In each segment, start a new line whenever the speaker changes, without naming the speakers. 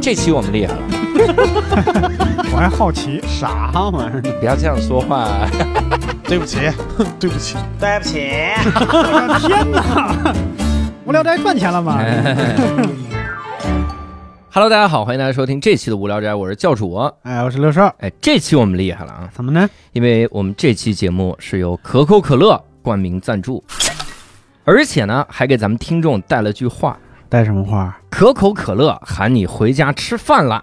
这期我们厉害了，
我还好奇，
啥玩意儿？
不要这样说话。
对不起， 对不起，
对不起，
我的天哪！无聊斋赚钱了吗？
嗯 Hello，大家好，欢迎大家收听这期的无聊斋，我是教主。
哎，我是六少，
哎，这期我们厉害了啊，
怎么呢？
因为我们这期节目是由可口可乐冠名赞助，而且呢还给咱们听众带了句话：
带什么花？
可口可乐喊你回家吃饭了。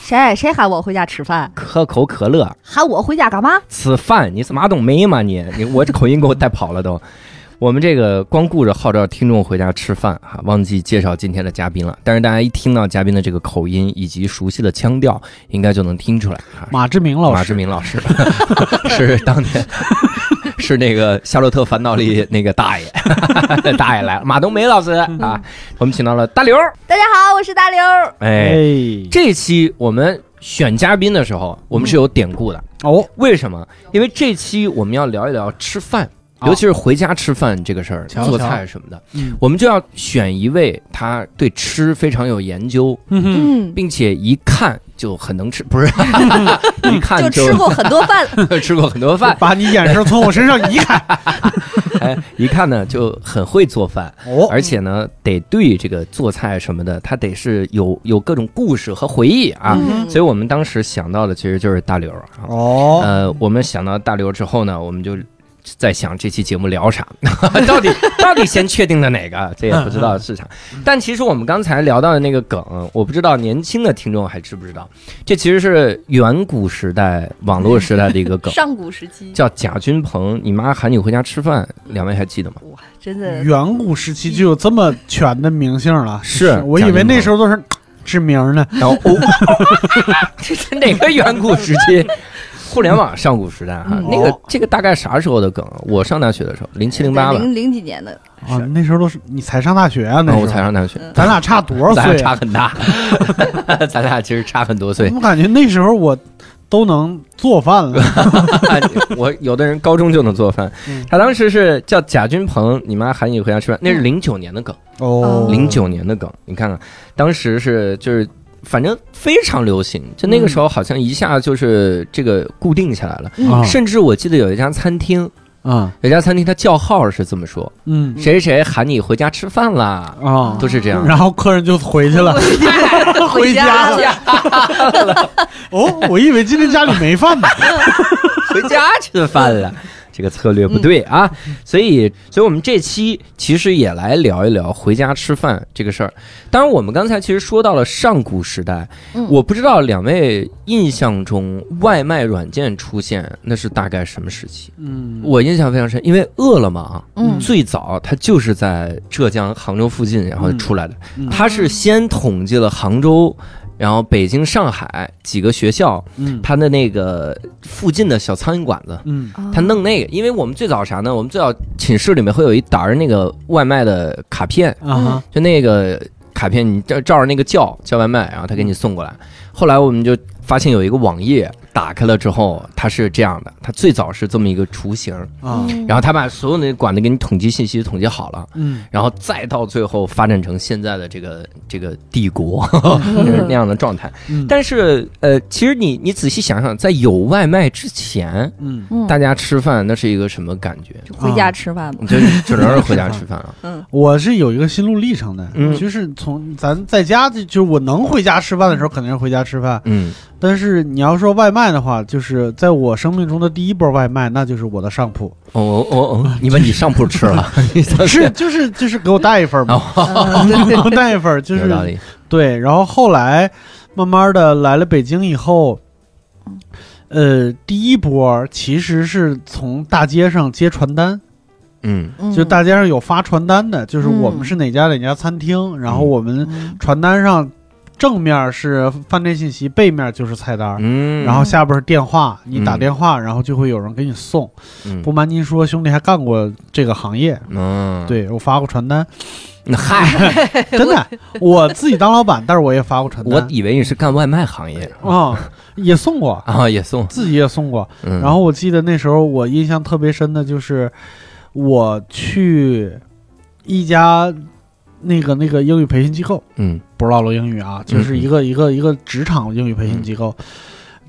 谁谁喊我回家吃饭？
可口可乐，啊
喊我回家干嘛？
此饭你怎么懂没嘛你？你我这口音给我带跑了都。 我们这个光顾着号召听众回家吃饭哈、忘记介绍今天的嘉宾了。但是大家一听到嘉宾的这个口音以及熟悉的腔调，应该就能听出来哈、
马志明老
马
师
志，明老师 是当年是那个《夏洛特烦恼》里那个大爷， 大爷来了，马冬梅老师
嗯
啊，我们请到了大刘，
大家好，我是大刘。
哎，
哎，
这期我们选嘉宾的时候，我们是有典故的。
哦，
为什么？因为这期我们要聊一聊吃饭，
啊
尤其是回家吃饭这个事儿，
瞧
做菜什么的，
嗯
我们就要选一位他对吃非常有研究，
嗯
嗯，
并且一看就很 能吃，不是，一看
就
就
吃过很多饭 了。
吃过很多饭，
把你眼神从我身上 移开。
哎，一看呢就很会做饭，
哦，
而且呢得对这个做菜什么的，他得是有有各种故事和回忆啊。
嗯
所以我们当时想到的其实就是大刘啊，
哦，
呃，我们想到大刘之后呢，我们就在想这期节目聊啥， 到 底到底先确定了哪个，这也不知道是啥。
嗯
但其实我们刚才聊到的那个梗，我不知道年轻的听众还知不知道，这其实是远古时代网络时代的一个 梗，
上古时期，
叫贾君鹏，你妈喊你回家吃饭，两位还记得 吗？
哇，真
嗯
的
远古时期就有这么全的名姓了，
是
我以为那时候都是指名呢。
然 后哦，这是哪个远古时期？互联网上古时代哈，
嗯
那个
哦
这个大概啥时候的梗？我上大学的时候，零七零八吧，
哦
零零几年的，
啊，那时候都是你才上大学啊，那
那
时候
哦我才上大学。
嗯
咱俩差多少
咱俩
岁
差
啊？
很大， 咱俩其实差很多 岁
我。感觉那时候我都能做 饭了。
我有的人高中就能做饭
嗯，
他当时是叫贾君鹏，你妈喊你回家吃饭，那是零九年的梗，
哦，
零九年的梗，你看看，当时是就是。反正非常流行，就那个时候好像一下就是这个固定下来了。
嗯啊
甚至我记得有一家餐厅，
啊，
有一家餐厅它叫号是这么说：
嗯
谁谁谁喊你回家吃饭啦，
啊，
都是这样。
然后客人就 回去了。
回
家
了，
哦，我以为今天家里没饭呢。
回家吃饭了。 这个策略不对啊，所以，所以我们这期其实也来聊一聊回家吃饭这个事儿。当然，我们刚才其实说到了上古时代，
嗯
我不知道两位印象中外卖软件出现那是大概什么时期？
嗯
我印象非常深，因为饿了么啊
嗯
最早它就是在浙江杭州附近然后出来的，
嗯
它是先统计了杭州，然后北京、上海几个学校
嗯
它的那个附近的小苍蝇馆子。
嗯
哦
他弄那个，因为我们最早啥呢？我们最早寝室里面会有一沓儿那个外卖的卡片，
啊哈
就那个卡片你照照着那个叫叫外卖，然后他给你送过来。后来我们就发现有一个网页，打开了之后它是这样的，它最早是这么一个雏形，
嗯哦
啊
然后他把所有的管子给你统计信息统计好了。
嗯
然后再到最后发展成现在的这个这个帝国 就是那样的状态，
嗯
但是呃，其实你你仔细想想，在有外卖之前，
嗯，
嗯
大家吃饭那是一个什么感觉？
就回家吃饭吧。
你就只能是回家吃饭啊了。
我是有一个心路历程的
嗯，
就是从咱在家就就我能回家吃饭的时候，肯定是回家吃饭。
嗯，
但是你要说外卖的话，就是在我生命中的第一波外卖，那就是我的上铺，
哦哦哦哦，你把你上铺吃了，你倒
是呃 哦就是就是给我带一份嘛，
嗯对
给我 带一份， 就
有
是
道理。
对，然后后来慢慢的来了北京以后，呃，第一波其实是从大街上接传单，
嗯
嗯
就大街上有发传单的，就是我们
嗯
是哪家哪家餐厅，然后
嗯
我们
嗯
传单上正面是饭店信息，背面就是菜单。
嗯，
然后下边是电话，你打
嗯
电话，然后就会有人给你送。
嗯
不瞒您说，兄弟还干过这个行业，
嗯，
对我发过传 单，
那嗨，
真的，我自己当老板，但是我也发过传单。
我以为你是干外卖行业
啊、也送过，
啊，也送。
自己也送过。
嗯
然后我记得那时候我印象特别深的就是，我去一家那个那个英语培训机构，
嗯
不是老罗英语啊，就是一个、一个一个职场英语培训机构，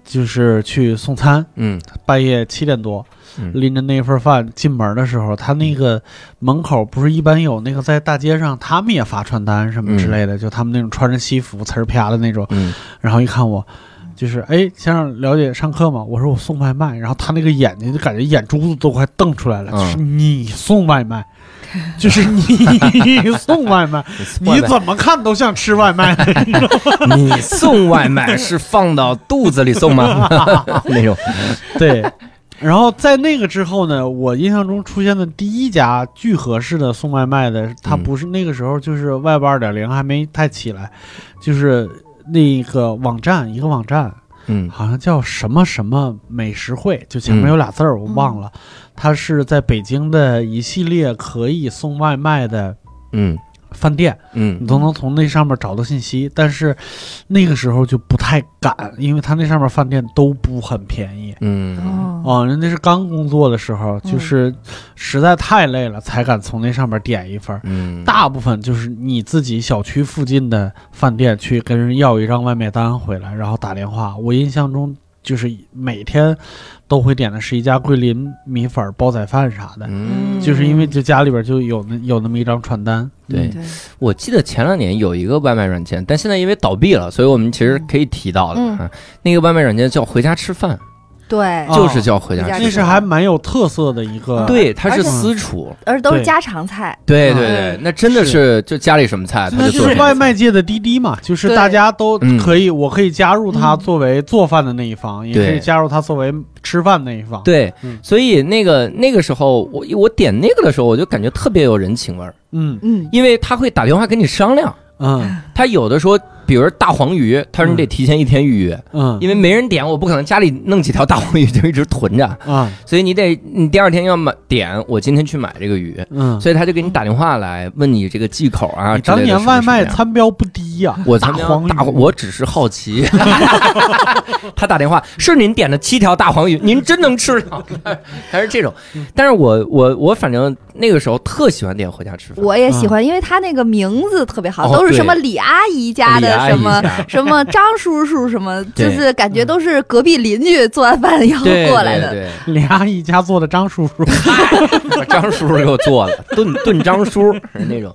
就是去送餐，
嗯
半夜七点多
嗯
拎着那份饭进门的时候，他那个门口不是一般有那个在大街上他们也发传单什么之类的，就他们那种穿着西服呲儿啪的那种，
嗯
然后一看我。就是哎，先生了解上课吗？我说我送外卖，然后他那个眼睛就感觉眼珠子都快瞪出来了，
嗯
就是你送外卖，就是你送外卖，你怎么看都像吃外卖那种。
你送外卖是放到肚子里送 吗？那种，
对，然后在那个之后呢，我印象中出现的第一家巨合适的送外卖的，它
嗯
不是那个时候就是 Web 二点零还没太起来，就是那个网站一个网站，
嗯
好像叫什么什么美食会，就前面有俩字儿我忘了，它是在北京的一系列可以送外卖的
嗯
饭店。你
嗯
都能从那上面找到信息，但是那个时候就不太敢，因为他那上面饭店都不很便宜
嗯
哦，
啊、人家是刚工作的时候，就是实在太累了才敢从那上面点一份儿。
嗯，
大部分就是你自己小区附近的饭店去跟人要一张外卖单回来，然后打电话。我印象中就是每天都会点的是一家桂林米粉儿煲仔饭啥的，
嗯，
就是因为就家里边就有那有那么一张传单。
对，
对，
我记得前两年有一个外卖软件，但现在因为倒闭了，所以我们其实可以提到了。
嗯
啊那个外卖软件叫“回家吃饭”，
对
哦，
就是叫“回家
回家
吃
那
吃
饭
是还蛮有特色的一个，”。
对，它是
而且
私厨。
而且都
对
是家常菜，
对对
嗯
对，那真的是就家里什么菜，他
那
做
就
什
是
么
外
菜
卖界的滴滴嘛，就是
对
大家都
嗯
可以，我可以加入他
嗯
作为做饭的那一方，也可
对
以加入他作为吃饭那一方。，
对
嗯，
所以那个那个时候，我我点那个的时候，我就感觉特别有人情味儿，
嗯
嗯，
因为他会打电话跟你商量。
嗯
他有的时候，比如大黄鱼，他说你得提前一天预约，
嗯
因为没人点，我不可能家里弄几条大黄鱼就一直囤着，
啊
所以你得你第二天要买点，我今天去买这个鱼，
嗯，
所以他就给你打电话来问你这个忌口啊。
你
之类
当
的
年
什么
外
什么
卖
样
餐标不低呀，
我
大
他
黄
妈大
鱼，
我只是好奇。 他打电话是您点的七条大黄鱼，您真能吃了？还是这种？但是我我我反正那个时候特喜欢点回家吃饭。
我也喜欢，因为他那个名字特别好，
嗯哦
都是什么
对
李阿姨家
李
的
阿姨
什么
家
什么张叔叔什么，
对
就是感觉都是隔壁邻居做完饭以后
对
过来
对
的，
对，
李阿姨家做的张 叔叔，
把张叔叔给我做了 炖炖张叔是那种，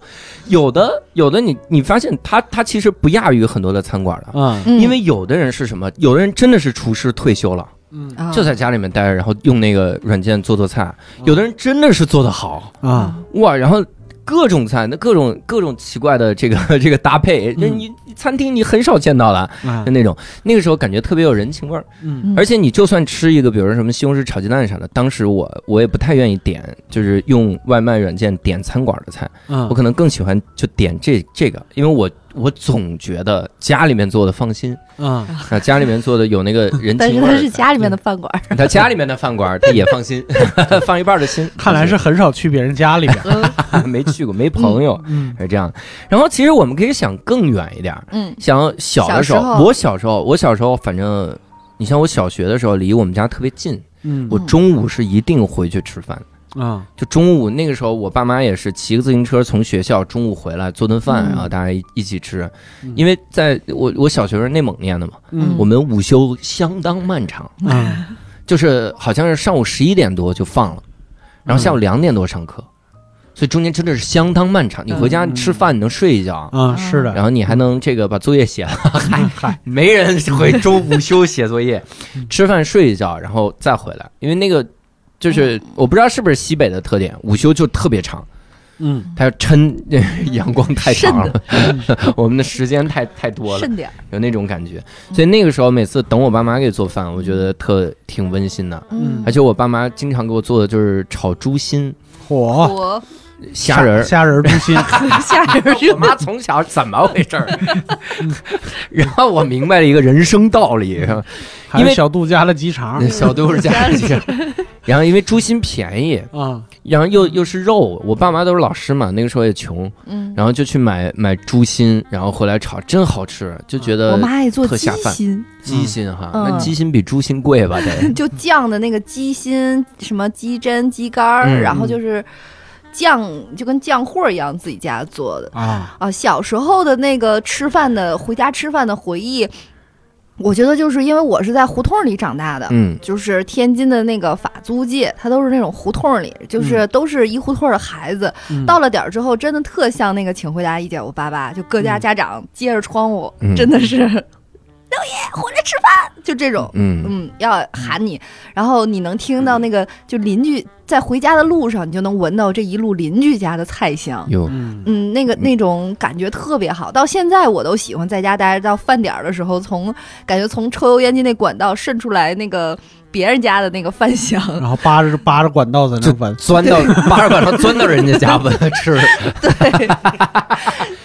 有的有的你你发现他他其实不亚于很多的餐馆的，
嗯
嗯
因为有的人是什么？有的人真的是厨师退休了，
嗯
啊
就在家里面待着，然后用那个软件做做菜。有的人真的是做得好，
啊，
哇，然后各种菜，那各种各种奇怪的这个 这个搭
嗯
配，就你餐厅你很少见到了，
嗯
就那种那个时候感觉特别有人情味儿。
嗯
而且你就算吃一个，比如说什么西红柿炒鸡蛋啥的，当时我我也不太愿意点，就是用外卖软件点餐馆的菜，
啊
嗯
我可能更喜欢就点这这个，因为我我总觉得家里面做的放心
嗯
啊，家里面做的有那个人
但
情
是
味
他
儿
是
在。
家里面的饭馆儿，
他家里面的饭馆，他也放心， 放一半的心。
看来是很少去别人家里边。
没去过，没朋友。
嗯
是这样。然后其实我们可以想更远一点儿，
嗯
想小的时
小时
候，
候
我小时候，我小时候，反正你像我小学的时候，离我们家特别近，
嗯
我中午是一定回去吃饭的。
啊
就中午那个时候，我爸妈也是骑个自行车从学校中午回来做顿饭，
嗯
然后大家一一起吃
嗯。
因为在我我小学是内蒙念的嘛，
嗯
我们午休相当漫长，
嗯
就是好像是上午十一点多就放了，然
嗯
后下午两点多上课，所以中间真的是相当漫长。你回家
嗯
你吃饭你能睡一觉，
啊是的，
然后你还能这个把作业写了，
嗨嗨，嗯
没人回周午休写作业，吃饭睡一觉，然后再回来，因为那个就是我不知道是不是西北的特点，午休就特别长，
嗯
它要抻 阳光太长了， 我们的时间太太多了，
慎点儿，
有那种感觉，所以那个时候每次等我爸妈给做饭，我觉得特挺温馨的。
嗯
嗯
而，且我爸妈经常给我做的就是炒猪心、
火
我
虾仁 儿，
虾仁儿猪 心，
吓人
我妈从小怎么回事儿？
嗯
然后我明白了一个人生道理，
还
因
有
为
小杜家的鸡肠
那小都是家里的。 然后因为猪心便宜，
啊，
然后又又是肉，我爸妈都是老师嘛，那个时候也穷，
嗯，
然后就去买买猪心，然后回来炒，真好吃，就觉
我
得
妈爱做
特
鸡
下饭
心，
鸡心哈，
嗯
那鸡心比猪心贵吧得。
就酱的那个鸡心，什么鸡胗、鸡肝
嗯
儿，然后就是酱就跟酱货一样自己家做的
啊，
啊。小时候的那个吃饭的回家吃饭的回忆，我觉得就是因为我是在胡同里长大的，
嗯，
就是天津的那个法租界，它都是那种胡同里，
嗯
就是都是一胡同的孩子。
嗯
到了点儿之后，真的特像那个《请回答一九八八》，就各家
嗯
家长接着窗户，
嗯
真的是六爷回来吃饭，就这种。
嗯，
嗯，要喊你，然后你能听到那个，就邻居在回家的路上，你就能闻到这一路邻居家的菜香。
有
嗯
嗯，那个那种感觉特别好，到现在我都喜欢在家待着，到饭点儿的时候从，感觉从抽油烟机那管道渗出来那个别人家的那个饭香，
然后扒着扒着管道在那闻，
钻 到八十管上钻到人家家闻吃。
对，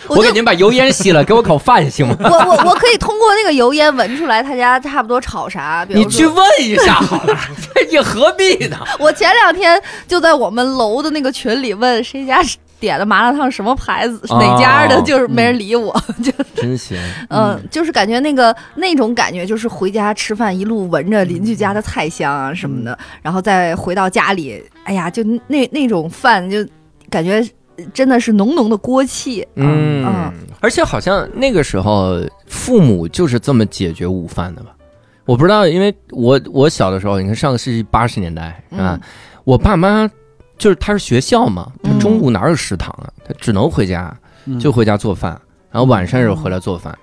我
我
给
就
您把油烟吸了，给我口饭行吗？
我我我可以通过那个油烟闻出来他家差 不多炒啥，比
你
如
去
说，
问一下好了， 这你何必呢？
我前两天就在我们楼的那个群里问谁家是点的麻辣烫什么牌子、
哦
哪家的，就是
嗯
没人理我，就
真行，
嗯，就是感觉那个那种感觉，就是回家吃饭一路闻着邻居家的菜香啊什么的，
嗯
然后再回到家里，哎呀，就那那种饭就感觉真的是浓浓的锅气，
嗯，而且好像那个时候父母就是这么解决午饭的吧？我不知道，因为我我小的时候，你看上个世纪八十年代啊，
嗯
我爸妈就是他是学校嘛，他
嗯
中午哪有食堂啊？他只能回家，
嗯
就回家做饭，然后晚上又回来做饭，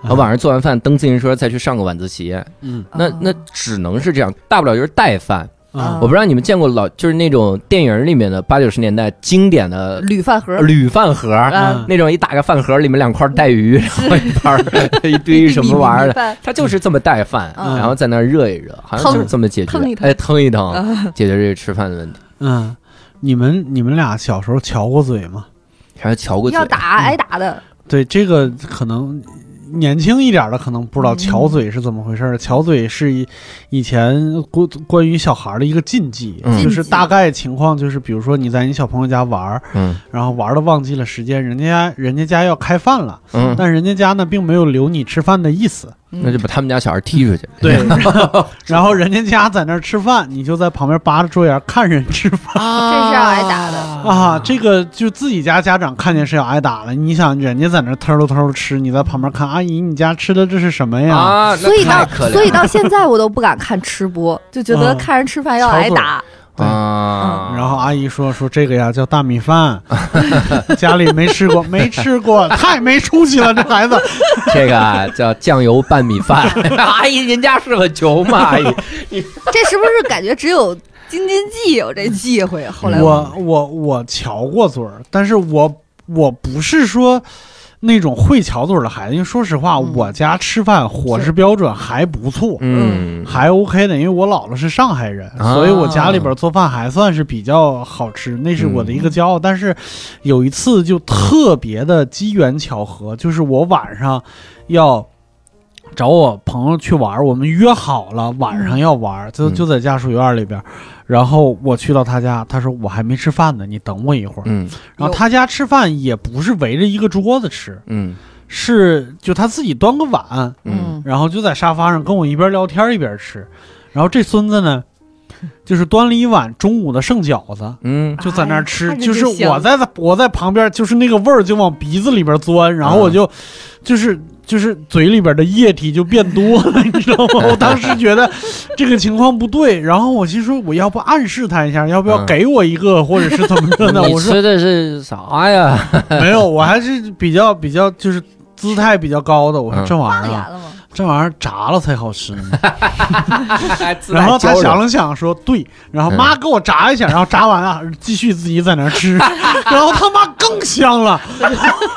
然后晚上做完饭蹬自行车再去上个晚自习，
嗯
那
哦
那只能是这样，大不了就是带饭。
啊
嗯
我不知道你们见过老就是那种电影里面的八九十年代经典的
铝饭盒，
铝饭盒，
啊
那种一打开饭盒，里面两块带鱼， 然后一盘儿一堆什么玩意儿的，啊
的，
他就是这么带饭，
嗯
然后在那儿热一热，好像就是这么解决
腾一，腾
哎，腾一腾，
啊
解决这个吃饭的问题。
嗯，你们你们俩小时候瞧过嘴吗？
还有瞧过嘴嗯
要，打挨打的，
对这个可能年轻一点的可能不知道
嗯
巧嘴是怎么回事儿。巧嘴是以以前关关于小孩儿的一个禁忌，
嗯
就是
禁忌
大概情况就是，比如说你在你小朋友家玩儿，
嗯
然后玩儿的忘记了时间，人家家人家家要开饭了，
嗯，
但人家家呢并没有留你吃饭的意思。
嗯
那就把他们家小孩踢出去。
对， 然后然后人家家在那儿吃饭，你就在旁边扒着桌沿看人吃饭
这是要挨打的，
啊。这个就自己家家长看见是要挨打了。你想人家在那儿偷溜偷溜吃，你在旁边看，阿姨你家吃的这是什么呀？
啊，那
哎所以
太
到
可怜了
所以到现在我都不敢看吃播，就觉得
嗯
看人吃饭要挨打，嗯
啊，
然后阿姨说说这个呀叫大米饭， 家里没吃过， 没吃过，太没出息了，这孩子。
这个啊叫酱油拌米 饭，阿姨人家是很穷嘛，哎阿姨，
这是不是感觉只有京津冀有这啊忌讳？后来
我我我瞧过嘴儿，但是我我不是说那种会瞧嘴儿的孩子，因为说实话，
嗯
我家吃饭伙食标准还不错。
嗯，
还 OK 的，因为我姥姥是上海人，
啊
所以我家里边做饭还算是比较好吃，那是我的
嗯
一个骄傲。但是有一次就特别的机缘巧合，就是我晚上要找我朋友去玩儿，我们约好了晚上要玩儿，就
嗯
就在家属院里边儿。然后我去到他家，他说我还没吃饭呢，你等我一会儿。
嗯
然后他家吃饭也不是围着一个桌子吃，
嗯
是就他自己端个碗，
嗯，
然后就在沙发上跟我一边聊天一边吃。然后这孙子 呢，就是端了一碗中午的剩饺子，
嗯
就在那儿吃。
哎看着
就
就是香
我在我在旁边，就是那个味儿就往鼻子里边钻，然后
嗯
我就，就是就是嘴里边的液体就变多 了，你知道吗？我当时觉得这个情况不对，然后我心说我要不暗示他一下，要不要
嗯
给我一个，或者是怎么 着呢？
你
我说
吃的是啥哎呀？
没有，我还是比较比较就是姿态比较高的，我说
嗯
这玩
放
意儿
眼
啊
了吗？
这玩意儿炸了才好吃呢。
然
然后他想了想说：“对。”然
嗯
后妈给我炸一下，然后炸完了继续自己在那儿吃， 然后他妈更香了。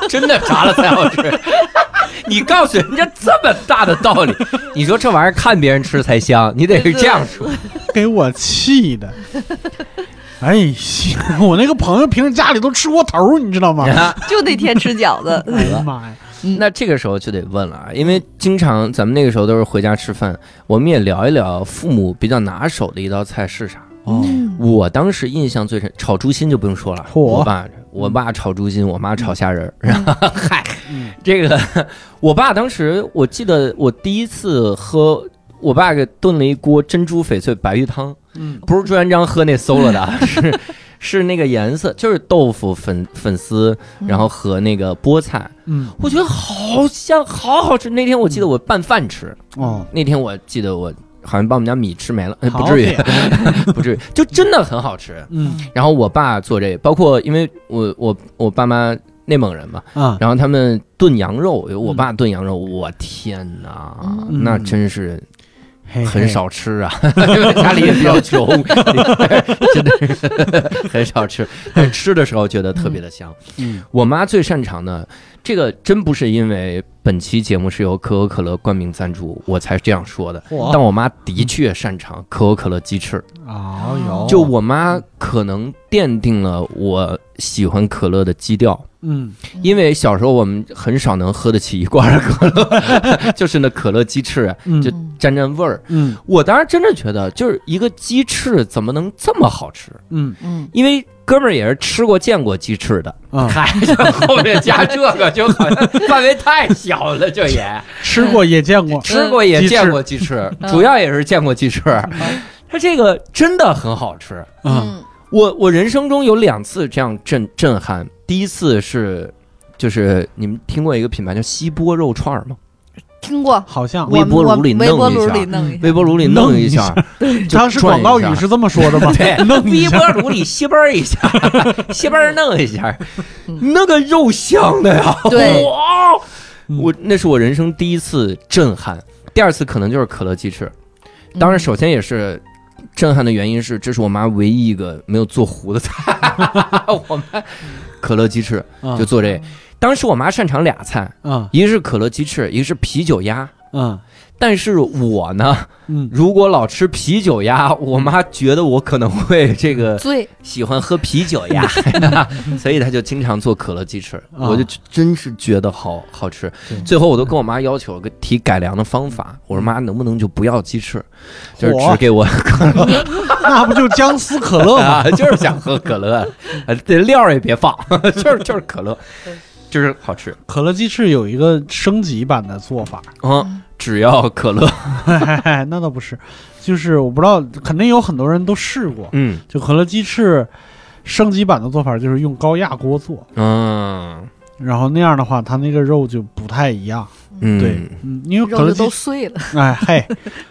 真的炸了才好吃。 你告诉人家这么大的道理，你说这玩意儿看别人吃才香，你得是这样说。
给我气的。哎呀，我那个朋友平时家里都吃窝头，你知道 吗？
啊
哎
就那天吃 饺子，嗯
呀妈呀！
那这个时候就得问了啊，因为经常咱们那个时候都是回家吃饭，我们也聊一聊父母比较拿手的一道菜是啥。
哦，
我当时印象最深，炒猪心就不用说了。
嚯
我爸，我爸炒猪心，我妈炒虾仁儿。然后， 嗨
嗯，
这个我爸当时，我记得我第一次喝，我爸给炖了一锅珍珠翡翠白玉汤，
嗯
不是朱元璋喝那馊了的啊，是是那个颜色，就是豆腐粉粉丝，然后和那个菠菜，
嗯，
我觉得好香，好好吃。那天我记得我拌饭吃，
哦，
那天我记得我好像把我们家米吃没了，哎不
好
至于，
点
不至于，就真的很好吃。
嗯
然后我爸做这，包括因为我我我爸妈内蒙人嘛，
啊，
然后他们炖羊肉，我爸炖羊肉，我天哪，
嗯
那真是
嘿
很，少吃啊， 因为家里也比较 穷， 真的是很少吃。但吃的时候觉得特别的香。
嗯
我妈最擅长的，这个真不是因为本期节目是由可口可乐冠名赞助我才这样说的，
嘿嚯
但我妈的确擅长可口可乐鸡翅。
哦哟，
就我妈可能奠定了我喜欢可乐的基调，
嗯
因为小时候我们很少能喝得起一罐儿可乐， 就是那可乐鸡翅
嗯
就沾沾味儿。
嗯
我当时真的觉得，就是一个鸡翅怎么能这么好吃？
嗯
嗯
因为哥们儿也是吃过见过鸡翅的，
啊，
还后面加这个就好像范围太小了，这也。
吃过也见过，
吃过也见过鸡翅，嗯主要也是见过鸡翅。它这个真的很好吃，
嗯
啊，
我我人生中有两次这样震震撼。第一次是，就是你们听过一个品牌叫西波肉串儿吗？
听过，
好像
微
我
波
我
炉里
微
弄
波
一
炉
下
里 弄一下，
微波炉里哎弄一下， 就
当时
转
广告
一下？
语是这么说的 吗
对，
弄
微
一下
波炉里吸嘣儿一下， 吸嘣儿弄一下，
嗯
那个肉香的 呀！
对
哇，
嗯
我那是我人生第一次震撼，第二次可能就是可乐鸡翅。当
嗯
然，首先也是震撼的原因是，这是我妈唯一一个没有做糊的菜。 我妈可乐鸡翅
啊
就做这，当时我妈擅长俩菜，
啊
一个是可乐鸡翅，一个是啤酒鸭。
啊
但是我呢，
嗯
如果老吃啤酒鸭， 我妈觉得我可能会这个
醉，
喜欢喝啤酒呀， 所以他就经常做可乐鸡翅，
啊
我就真是觉得好好吃
对。嗯
最后我都跟我妈要求个提改良的方法，我说妈能不能就不要鸡翅，就是
嚯
只给 我
那不就姜丝可乐吗？
啊，就是想喝可乐， 啊这料儿也别放， 就是就是可乐，就是好吃。
可乐鸡翅有一个升级版的做法，
嗯，只要可乐，
那倒不是，就是我不知道，肯定有很多人都试过，
嗯
就可乐鸡翅升级版的做法就是用高压锅做，
嗯
然后那样的话，它那个肉就不太一样。
嗯，
对，嗯，因为可
肉
乐
就
鸡
都碎了，
翅， 哎嘿，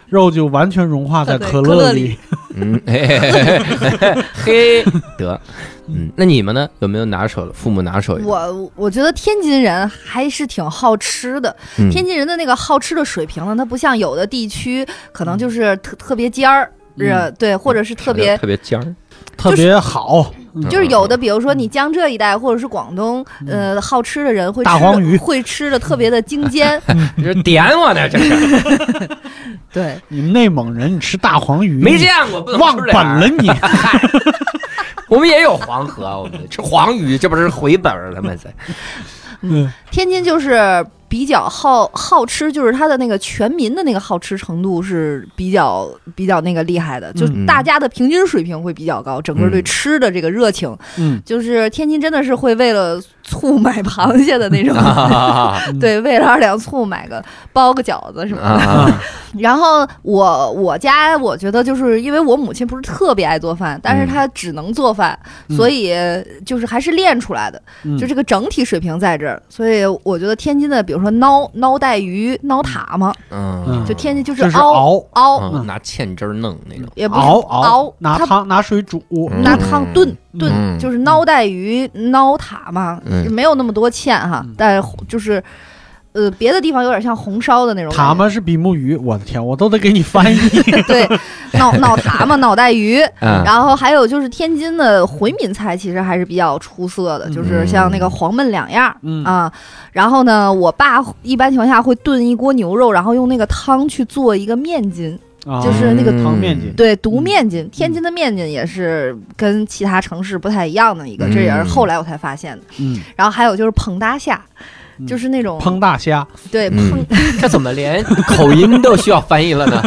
肉就完全融化在
对
可
可
乐
乐
里。
嗯，嘿嘿嘿嘿嘿，得，嗯，那你们呢？有没有拿手的父母拿手一个？
我我觉得天津人还是挺好吃的，
嗯
天津人的那个好吃的水平呢，它不像有的地区可
嗯
能就是特特别尖儿。是
嗯
对，或者是特别，
特别尖儿。
特别好，
嗯
就是有的，比如说你江浙一带或者是广东，呃，好吃的人会
大
吃
黄鱼
的会吃的特别 的精尖，
你嗯这点我呢，这是
对，
你们内蒙人，你吃大黄鱼
没见过，不能
忘
吃
本
这玩意儿
了。你。
我们也有黄河，我们吃黄鱼，这不是回本儿了吗？在
嗯
天津就是比较好好吃，就是它的那个全民的那个好吃程度是比较比较那个厉害的，就是大家的平均水平会比较高，整个对吃的这个热情，
嗯，
就是天津真的是会为了醋买螃蟹的那种，
啊
对，为了二两醋买个包个饺子什么的。
啊，
然后我我家我觉得就是因为我母亲不是特别爱做饭，但是她只能做饭，
嗯
所以就是还是练出来的。
嗯
就这个整体水平在这儿，所以我觉得天津的，比如说捞捞带鱼、捞塔嘛，
嗯，
就天津就是
这是
熬
熬
熬，
嗯拿芡汁儿弄那种，
也不是
熬
熬
拿
它
汤拿水煮，
嗯
拿汤炖
嗯
炖，
嗯
就是捞带鱼、捞塔嘛，
嗯
没有那么多芡哈
嗯，
但就是呃别的地方有点像红烧的那种感觉
塔嘛是比目鱼，我的天，我都得给你翻译。
对，脑脑蛤蟆、脑袋鱼，
嗯
然后还有就是天津的回民菜，其实还是比较出色的，就是像那个黄焖两样儿、
嗯
啊。然后呢，我爸一般情况下会炖一锅牛肉，然后用那个汤去做一个面筋，
啊
就是那个
汤面筋
对，毒面
嗯
筋。天津的面筋也是跟其他城市不太一样的一个，这也是
嗯
后来我才发现的。
嗯，
然后还有就是膨大虾
嗯。
就是那种
烹大虾，
对
嗯
烹
这怎么连口音都需要翻译了呢？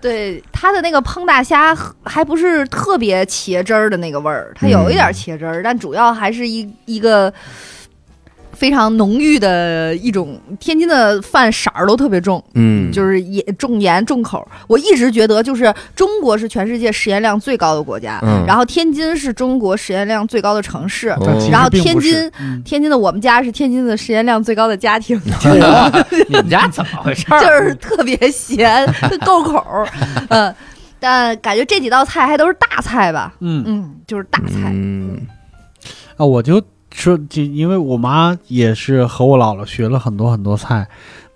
对它的那个烹大虾还不是特别
嗯
茄汁儿的那个味儿，它有一点茄汁儿，但主要还是一一个非常浓郁的一种，天津的饭色儿都特别重，
嗯，
就是也重盐重口。我一直觉得，就是中国是全世界食盐量最高的国家，
嗯
然后天津是中国食盐量最高的城市。
哦
但其实
然后
并不
天
是
津，
嗯
天津的我们家是天津的食盐量最高的家 庭，
你们家怎么回事儿？
就是 特别咸，够口儿，嗯，但感觉这几道菜还都是大菜吧，
嗯
嗯，就是大菜，
嗯
啊，我就说，就因为我妈也是和我姥姥学了很多很多菜，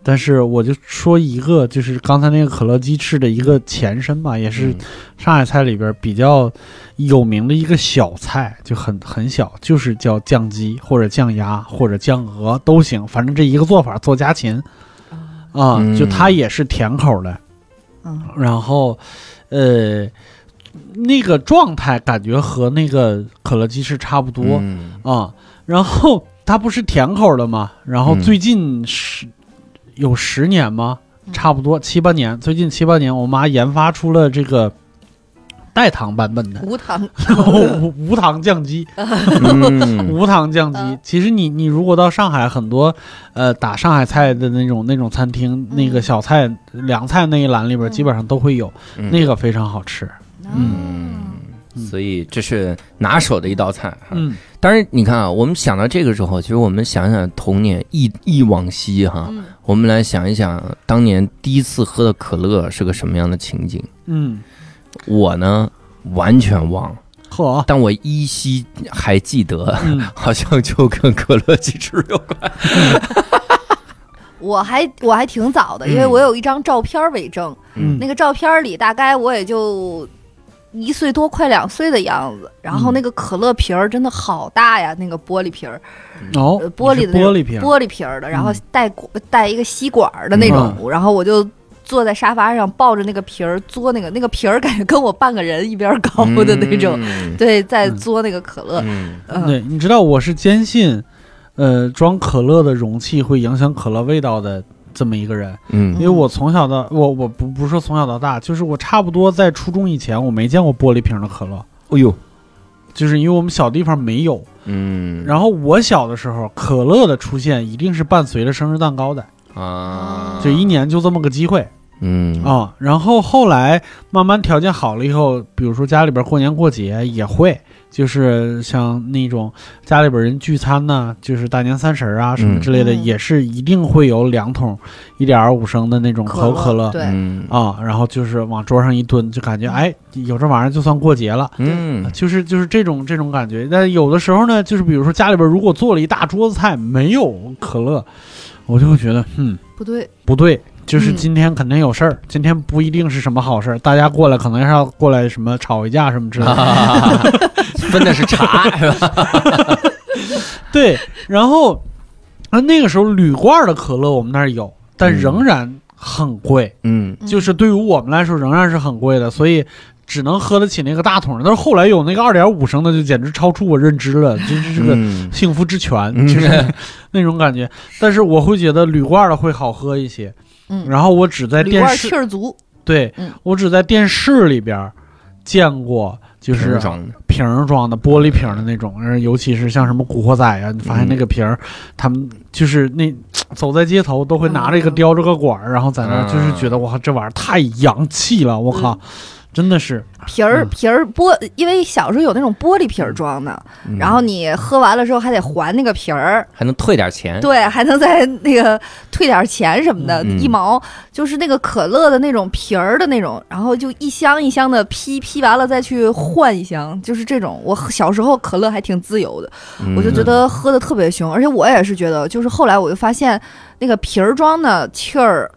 但是我就说一个，就是刚才那个可乐鸡翅的一个前身吧，也
嗯
是上海菜里边比较有名的一个小菜，就很很小，就是叫酱鸡或者酱鸭或者酱鹅都行，反正这一个做法做家禽啊、
嗯
就它也是甜口的，
嗯，
然后，呃，那个状态感觉和那个可乐鸡翅差不多。
嗯
啊、然后它不是甜口的吗？然后
嗯
最近十、有十年吗？
嗯
差不多七八年，最近七八年，我妈研发出了这个代糖版本的
无糖，
无无糖酱鸡，
嗯
无糖酱鸡
嗯。
其实你你如果到上海，很多呃打上海菜的那种那种餐厅，那个小菜凉菜那一栏里边，
嗯
基本上都会有，
嗯
那个非常好吃。
嗯，所以这是拿手的一道菜。哈。
嗯
当然，你看啊，我们想到这个时候，其实我们想想童年忆忆往昔哈，
嗯
我们来想一想当年第一次喝的可乐是个什么样的情景。
嗯，
我呢完全忘了，
嚯，
但我依稀还记得，
嗯，
好像就跟可乐鸡翅有关。
我还我还挺早的，因为
嗯
我有一张照片为证，
嗯
那个照片里大概我也就一岁多，快两岁的样子。然后
嗯
那个可乐瓶儿真的好大呀，那个玻璃瓶儿，
哦
呃，玻璃
你是
的那
玻
种
璃瓶，
玻璃瓶儿的，然后
嗯
带管带一个吸管儿的那种。然后我就坐在沙发上，抱着那个瓶儿嘬那个那个瓶儿，感觉跟我半个人一边儿高 的那种。
嗯
对，在
嗯
嘬那个可乐。
嗯
嗯，
对，你知道我是坚信，呃，装可乐的容器会影响可乐味道的这么一个人，因
嗯
为我从小到我我不不是说从小到大，就是我差不多在初中以前，我没见过玻璃瓶的可乐，
哎呦，
就是因为我们小地方没有。
嗯，
然后我小的时候，可乐的出现一定是伴随着生日蛋糕的，
啊，
就一年就这么个机会
嗯
啊、然后后来慢慢条件好了以后，比如说家里边过年过节也会。就是像那种家里边人聚餐呐，就是大年三十儿啊什么
嗯
之类的，
嗯
也是一定会有两桶一点二五升的那种可口可乐
对，
嗯
啊，然后就是往桌上一蹲，就感觉哎有这玩意儿就算过节了。
嗯
就是就是这种这种感觉，但有的时候呢，就是比如说家里边如果做了一大桌子菜没有可乐，我就会觉得嗯
不对，
不对，就是
嗯
今天肯定有事儿，今天不一定是什么好事儿，大家过来可能是要过来什么吵一架什么之类
啊
的，
分的是茶是吧？
对，然后啊那个时候铝罐儿的可乐我们那儿有，但
嗯
仍然很贵，
嗯
嗯
就是对于我们来说仍然是很贵的，所以只能喝得起那个大桶儿。但是后来有那个二点五升的，就简直超出我认知了，就是这个
嗯
幸福之泉，
嗯
就是那种感觉。但是我会觉得铝罐儿的会好喝一些，
嗯
然后我只在
里
电
边儿气
视，
儿足，
对
嗯
我只在电视里边儿见过，就是
瓶装的
瓶儿装的玻璃瓶儿的那种，而尤其是像什么古惑仔啊，你发现那个瓶儿，
嗯
他们就是那走在街头都会拿着一个
嗯
叼着个管儿，然后在那儿
嗯
就是觉得哇，这玩意儿太洋气了，我
嗯
靠，真的是，
皮儿
嗯
皮儿玻，因为小时候有那种玻璃瓶儿装的，
嗯
然后你喝完了之后还得还那个皮儿，
还能退点钱，
对，还能再 那个退点钱什么的，
嗯
一毛就是那个可乐的那种瓶儿的那种，然后就一箱一箱的批，批完了再去换一箱，就是这种。我小时候可乐还挺自由的，
嗯
我就觉得喝的特别凶，而且我也是觉得，就是后来我就发现那个瓶儿装的气儿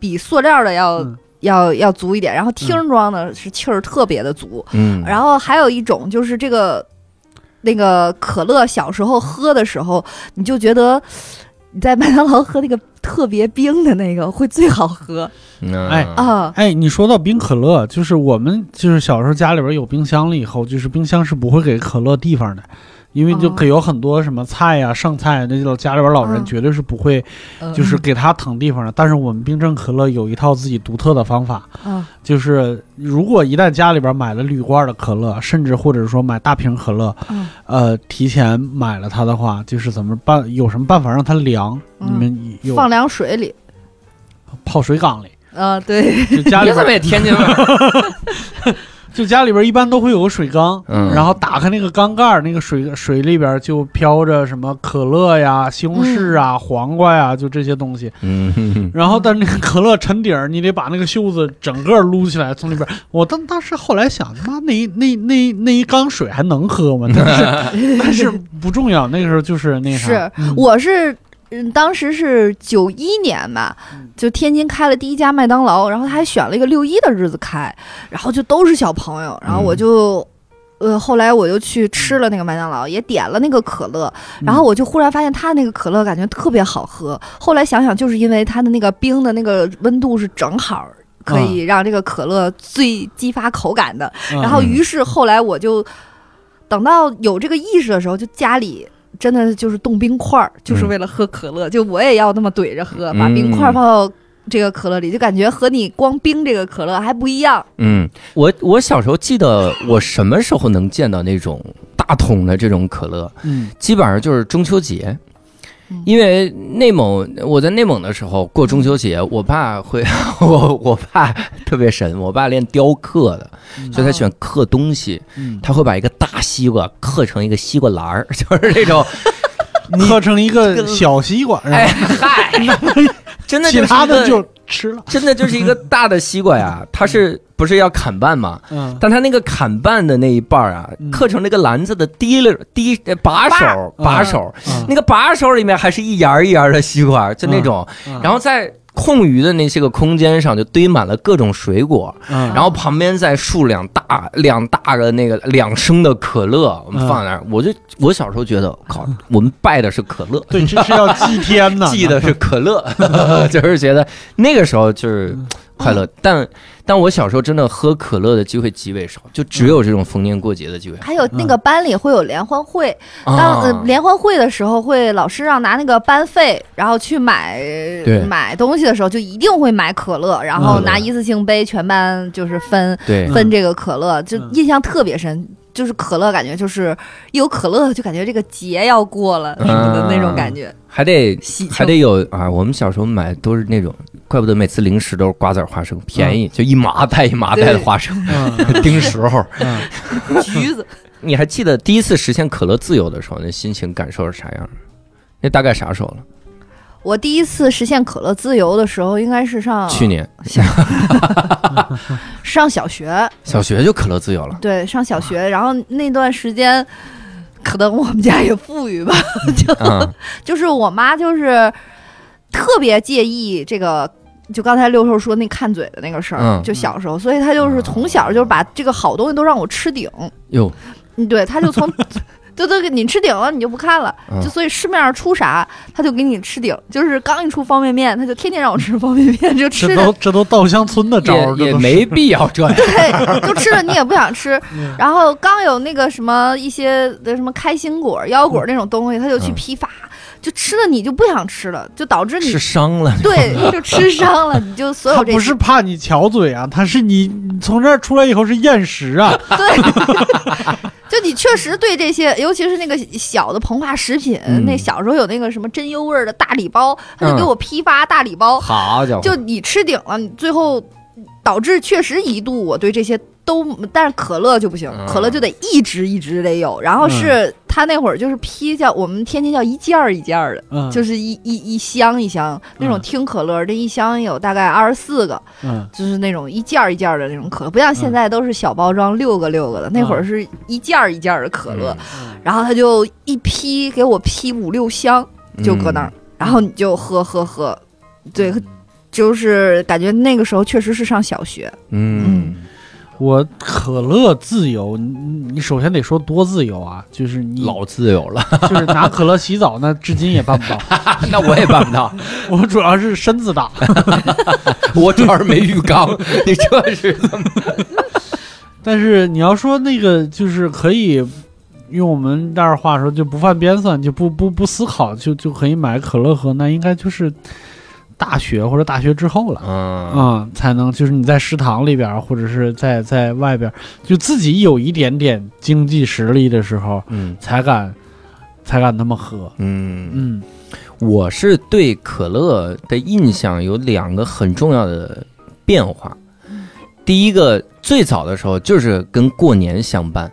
比塑料的要、
嗯
要要足一点，然后听儿装的是气儿特别的足，
嗯，
然后还有一种就是这个那个可乐，小时候喝的时候，你就觉得你在麦当劳喝那个特别冰的那个会最好喝
嗯
哎
啊。
哎，你说到冰可乐，就是我们就是小时候家里边有冰箱了以后，就是冰箱是不会给可乐地方的。因为就
哦
可有很多什么菜呀、剩菜啊，那老家里边老人
嗯
绝对是不会，
嗯
就是给他腾地方的。但是我们冰镇可乐有一套自己独特的方法，
嗯
就是如果一旦家里边买了铝罐的可乐，甚至或者说买大瓶可乐，
嗯
呃，提前买了它的话，就是怎么办？有什么办法让它凉？
嗯
你们有
放凉水里，
泡水缸里，
啊，对，
就家里
别这
边
么也天津味儿。
就家里边一般都会有个水缸，
嗯
然后打开那个缸盖儿，那个水水里边就飘着什么可乐呀、西红柿啊、黄瓜呀，就这些东西。
嗯，
然后但是那个可乐沉底儿，你得把那个袖子整个撸起来从里边 儿。我当当时后来想，他妈那一那那那一缸水还能喝 吗？但是但是不重要，那个时候就是那啥。
是
嗯
我是。嗯，当时是九一年吧，就天津开了第一家麦当劳，然后他还选了一个六一的日子开，然后就都是小朋友，然后我就，呃，后来我就去吃了那个麦当劳，也点了那个可乐，
嗯
然后我就忽然发现他那个可乐感觉特别好喝，后来想想就是因为它的那个冰的那个温度是正好可
嗯
以让这个可乐最激发口感的，
嗯
然后于是后来我就等到有这个意识的时候，就家里。真的就是冻冰块儿，就是为了喝可乐，就我也要那么怼着喝，把冰块儿
嗯
放到这个可乐里，就感觉和你光冰这个可乐还不一样。
嗯，我我小时候记得我什么时候能见到那种大桶的这种可乐，
嗯
基本上就是中秋节
嗯。
因为内蒙，我在内蒙的时候过中秋节，我爸会， 我我爸特别神，我爸练雕刻的，所以他喜欢刻东西，
嗯，
他会把一个大西瓜刻成一个西瓜篮儿， 就是那 种，
喝成一个小西瓜，
哎
然
嗨，真的
后
就
其
是
他的
一个
就吃了。
真的就是一个大的西瓜呀，它是不是要砍半嘛？
嗯，
但它那个砍半的那一半儿啊
嗯，
刻成那个篮子的提溜提呃把手
把
把手，
嗯
那个把手里面还是一芽儿一芽儿的西瓜，就那种，
嗯
然后在。空余的那些个空间上就堆满了各种水果，
嗯
然后旁边再竖两大两大个那个两升的可乐，
嗯
我们放那儿。我就我小时候觉得， 靠，我们拜的是可乐，
对，这是要祭天呢，
记得是可乐， 就是觉得那个时候就是快乐。但但我小时候真的喝可乐的机会极为少，就只有这种逢年过节的机会。
还有那个班里会有联欢会，当、啊呃
啊，
联欢会的时候，会老师让拿那个班费，然后去买
对嗯
买东西的时候，就一定会买可乐，然后拿一次性杯，全班就是分、
对
嗯
分这个可乐，就
嗯
印象特别深。就是可乐，感觉就是一有可乐 就感觉这个节要过了什么的
嗯
那种感觉，
还得
喜庆
还得有啊！我们小时候买都是那种，怪不得每次零食都是瓜子儿花生，便宜就一麻袋一麻袋的花 生，
嗯
盯时候。
嗯
橘子。
你还记得第一次实现可乐自由的时候，那心情感受是啥样？那大概啥时候了？
我第一次实现可乐自由的时候，应该是上
去年
上小学，
小学就可乐自由了。
对，上小学，然后那段时间，可能我们家也富裕吧， 就、
嗯
就是我妈就是特别介意这个，就刚才六兽说那看嘴的那个事儿，
嗯
就小时候，所以她就是从小就是把这个好东西都让我吃顶，
哟，
嗯，对，她就从就都给你吃顶了，你就不看了，
嗯
就所以市面上出啥，她就给你吃顶，就是刚一出方便面，她就天天让我吃方便面，就吃
这
的
都这都稻香村的招儿，
也
这
也
都是
没必要这样。
对，就吃了你也不想吃
嗯。
然后刚有那个什么一些的什么开心果、腰果那种东西，他就去
嗯
批发，就吃了你就不想吃了，就导致你
吃伤了。
对就吃伤了，你就所有
他
这
不是怕你巧嘴啊，他是你你从这儿出来以后是厌食啊，
对。 就你确实对这些，尤其是那个小的膨化食品，
嗯
那小时候有那个什么真优味儿的大礼包，他就
嗯
给我批发大礼包，
好家伙，
哦就你吃顶了，你最后导致确实一度我对这些都，但是可乐就不行，
嗯
可乐就得一直一直得有。然后
嗯
是他那会儿就是批叫我们天津叫一件儿一件儿的，
嗯，
就是一一一箱一箱那种
嗯
听可乐，这一箱有大概二十四个，
嗯
就是那种一件儿一件儿的那种可乐，不像现在都是小包装六个六个的，那
嗯
会儿是一件儿一件儿的可乐。然后他就一批给我批五六箱，
嗯
就搁那儿，，然后你就喝喝喝，对，就是感觉那个时候确实是上小学，
嗯
我可乐自由，你你你首先得说多自由啊，就是
嗯
你
老自由了，
就是拿可乐洗澡，那至今也办 不到。
那我也办不到，
我主要是身子大，
我主要是没浴缸， 你这是
但是你要说那个就是可以用我们那儿话说，就不犯边算，就不不不思考，就就可以买可乐喝，那应该就是大学或者大学之后了。
嗯，
啊、才能就是你在食堂里边儿，或者是在在外边儿，就自己有一点点经济实力的时候，
嗯
才敢才敢那么喝。
嗯，
嗯
我是对可乐的印象有两个很重要的变化。第一个，最早的时候就是跟过年相伴，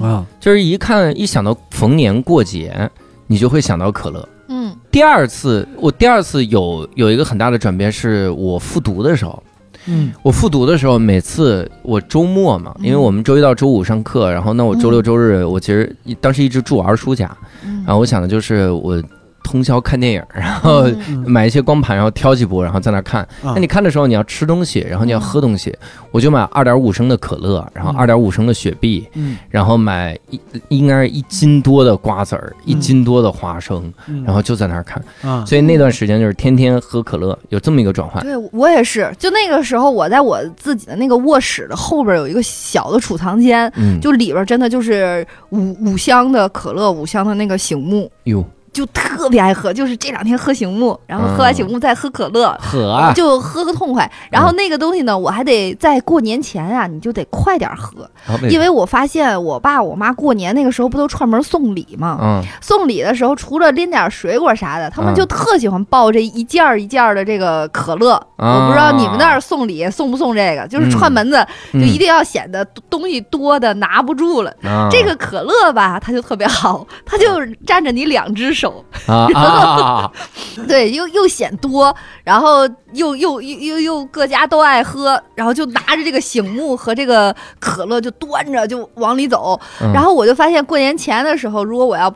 啊，
就是一看一想到逢年过节，你就会想到可乐。
嗯
第二次，我第二次有有一个很大的转变，是我复读的时候。
嗯
我复读的时候，每次我周末嘛，因为
嗯
我们周一到周五上课，然后那我周六周日，我其实一当时一直住我二叔家，
嗯，
然后我想的就是我通宵看电影，然后
嗯
买一些光盘，然后挑几部，然后在那看。
啊
那你看的时候，你要吃东西，然后你
嗯
要喝东西，我就买二点五升的可乐，然后
嗯
二点五升的雪碧，
嗯，
然后买一应该是一斤多的瓜子儿，
嗯
一斤多的花生，
嗯
然后就在那儿看。
啊，
所以那段时间就是天天喝可乐，有这么一个转换。
对我也是，就那个时候，我在我自己的那个卧室的后边有一个小的储藏间，
嗯，
就里边真的就是五五箱的可乐，五箱的那个醒目，
哟
就特别爱喝。就是这两天喝醒目，然后喝完醒目再喝可乐，
喝嗯啊，
就喝个痛快。然后那个东西呢，我还得在过年前啊，你就得快点喝，
啊
因为我发现我爸我妈过年那个时候不都串门送礼吗？
嗯
送礼的时候，除了拎点水果啥的，他们
嗯
就特喜欢抱这一件儿一件儿的这个可乐。
啊
我不知道你们那儿送礼送不送这个，就是串门子、
嗯
就一定要显得东西多的拿不住了。
啊
这个可乐吧，它就特别好，它就占着你两只手，
啊 啊 啊
对，又又显多，然后又又又又又各家都爱喝，然后就拿着这个醒目和这个可乐就端着就往里走，
嗯
然后我就发现过年前的时候，如果我要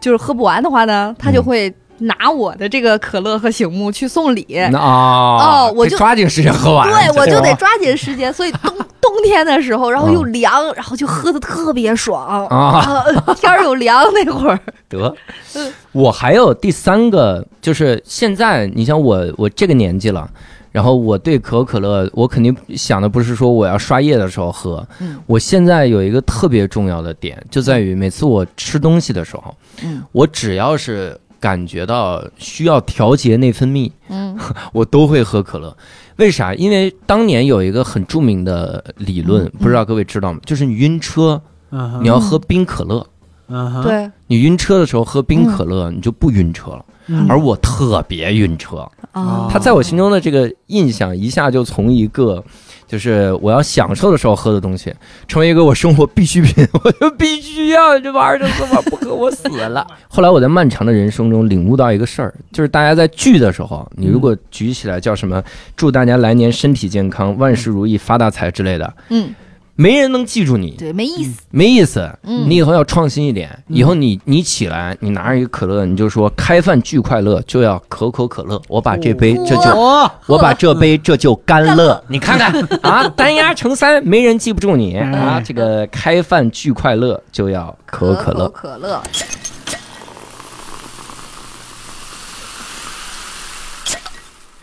就是喝不完的话呢，他
嗯
就会拿我的这个可乐和醒目去送礼。
那啊
哦我就
得抓紧时间喝完，
对，我
这
就
种
得抓紧时间，所以冬冬天的时候，然后
嗯
又凉，然后就喝的特别爽
啊
呃天儿又凉那会儿，
得
嗯。
我还有第三个，就是现在你像我，我这个年纪了。然后我对可口可乐，我肯定想的不是说我要刷夜的时候喝，
嗯
我现在有一个特别重要的点，就在于每次我吃东西的时候，
嗯
我只要是感觉到需要调节内分泌，
嗯
我都会喝可乐。为啥？因为当年有一个很著名的理论，
嗯
不知道各位知道吗？就是你晕车，
嗯哼
你要喝冰可乐。
嗯哼，
对，
你晕车的时候喝冰可乐，你就不晕车了。
嗯
而我特别晕车，
啊，
他在我心中的这个印象一下就从一个。就是我要享受的时候喝的东西，成为一个我生活必需品， 我就必须要这玩意儿就喝吧，不喝我死了。后来我在漫长的人生中领悟到一个事儿，就是大家在聚的时候，你如果举起来叫什么“祝大家来年身体健康、万事如意、发大财”之类的，
嗯，
没人能记住你，
对，没意思，
没意思。
嗯，
你以后要创新一点，以后你你起来，你拿着一个可乐，你就说开饭巨快乐，就要可口可乐。我把这杯
哦
这就
哦，
我把这杯这就嗯干乐，你看看啊，单压成三，没人记不住你啊。
哎
这个开饭巨快乐就要可口可乐。
可乐，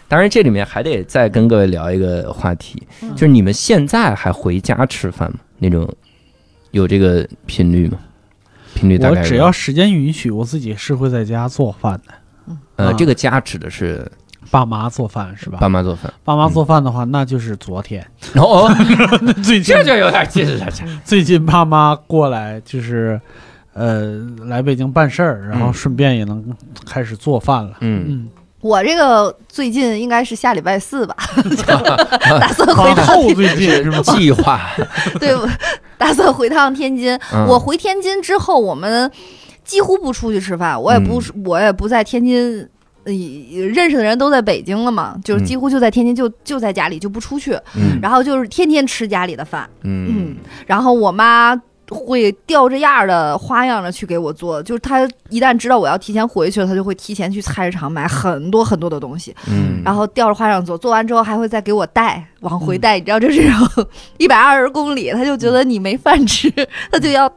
当然，这里面还得再跟各位聊一个话题，
嗯
就是你们现在还回家吃饭吗？那种有这个频率吗？频率大
我
概是
只要时间允许，我自己是会在家做饭的。
呃，
啊
这个家指的是
爸妈做饭是吧？
爸妈做嗯饭。
爸妈做饭的话，那就是昨天。
哦，
最近
这就有点近了。这
最近爸妈过来就是，呃，来北京办事儿，然后
嗯
顺便也能开始做饭了。
嗯，
嗯，
我这个最近应该是下礼拜四 吧，打算回
往
趟
后最近是吗？
计划。
对，我打算回趟天津。
嗯
我回天津之后，我们几乎不出去吃饭，我也
嗯
不，我也不在天津。呃认识的人都在北京了嘛，就是
嗯
几乎就在天津，就就在家里就不出去，
嗯
然后就是天天吃家里的饭，
嗯
然后我妈会吊着样儿的花样的去给我做，就是她一旦知道我要提前回去了，她就会提前去菜市场买很多很多的东西，
嗯，
然后吊着花样做，做完之后还会再给我带往回
嗯
带，你知道这是一百二十公里，他就觉得你没饭吃，他就要，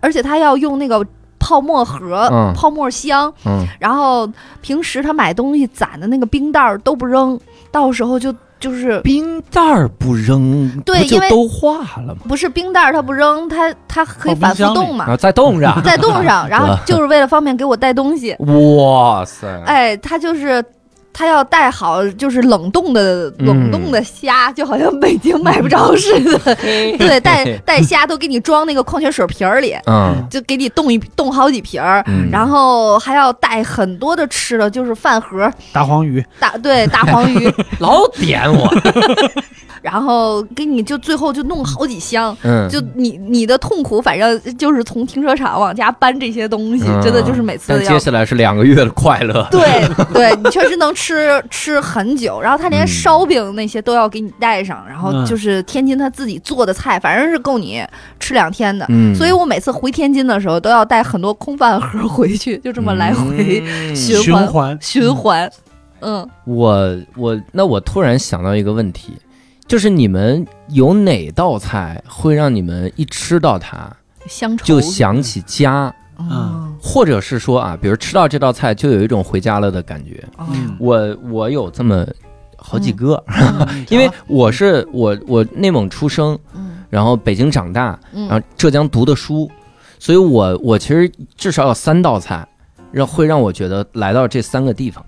而且他要用那个泡沫盒、
嗯
泡沫箱，
嗯
然后平时他买东西攒的那个冰袋儿都不扔，到时候就就是
冰袋儿不扔，
对
不就
因为
都化了吗？
不是冰袋儿，它不扔，它它可以
放
反
冰箱
复冻
然后
嘛，
再冻上，
在 冻上，然后就是为了方便给我带东西。
哇塞！
嗯哎，它就是。它要带好，就是冷冻的
嗯
冷冻的虾，就好像北京买不着似 的。对，带带虾都给你装那个矿泉水瓶儿里，
嗯
就给你冻一冻好几瓶儿，
嗯，
然后还要带很多的吃的，就是饭盒、
大黄鱼，
大对大黄鱼，
老点 我，
然后给你就最后就弄好几箱。
嗯，
就你你的痛苦，反正就是从停车场往家搬这些东西，
嗯
真的就是每次
但
要
接下来是两个月的快乐，
对对，你确实能吃吃很久。然后他连
嗯
烧饼那些都要给你带上，然后
嗯
就是天津他自己做的菜，反正是够你吃两天的。
嗯，
所以我每次回天津的时候，都要带很多空饭盒回去，就这么来回
嗯
循
循
环
环
循环。嗯，
我我那我突然想到一个问题，就是你们有哪道菜会让你们一吃到它
乡愁
就想起家，
嗯
或者是说啊，比如吃到这道菜就有一种回家了的感觉？
嗯
我我有这么好几个，
嗯
因为我是我我内蒙出生，
嗯
然后北京长大，然
嗯
后浙江读的书，所以我我其实至少有三道菜，让会让我觉得来到这三个地方。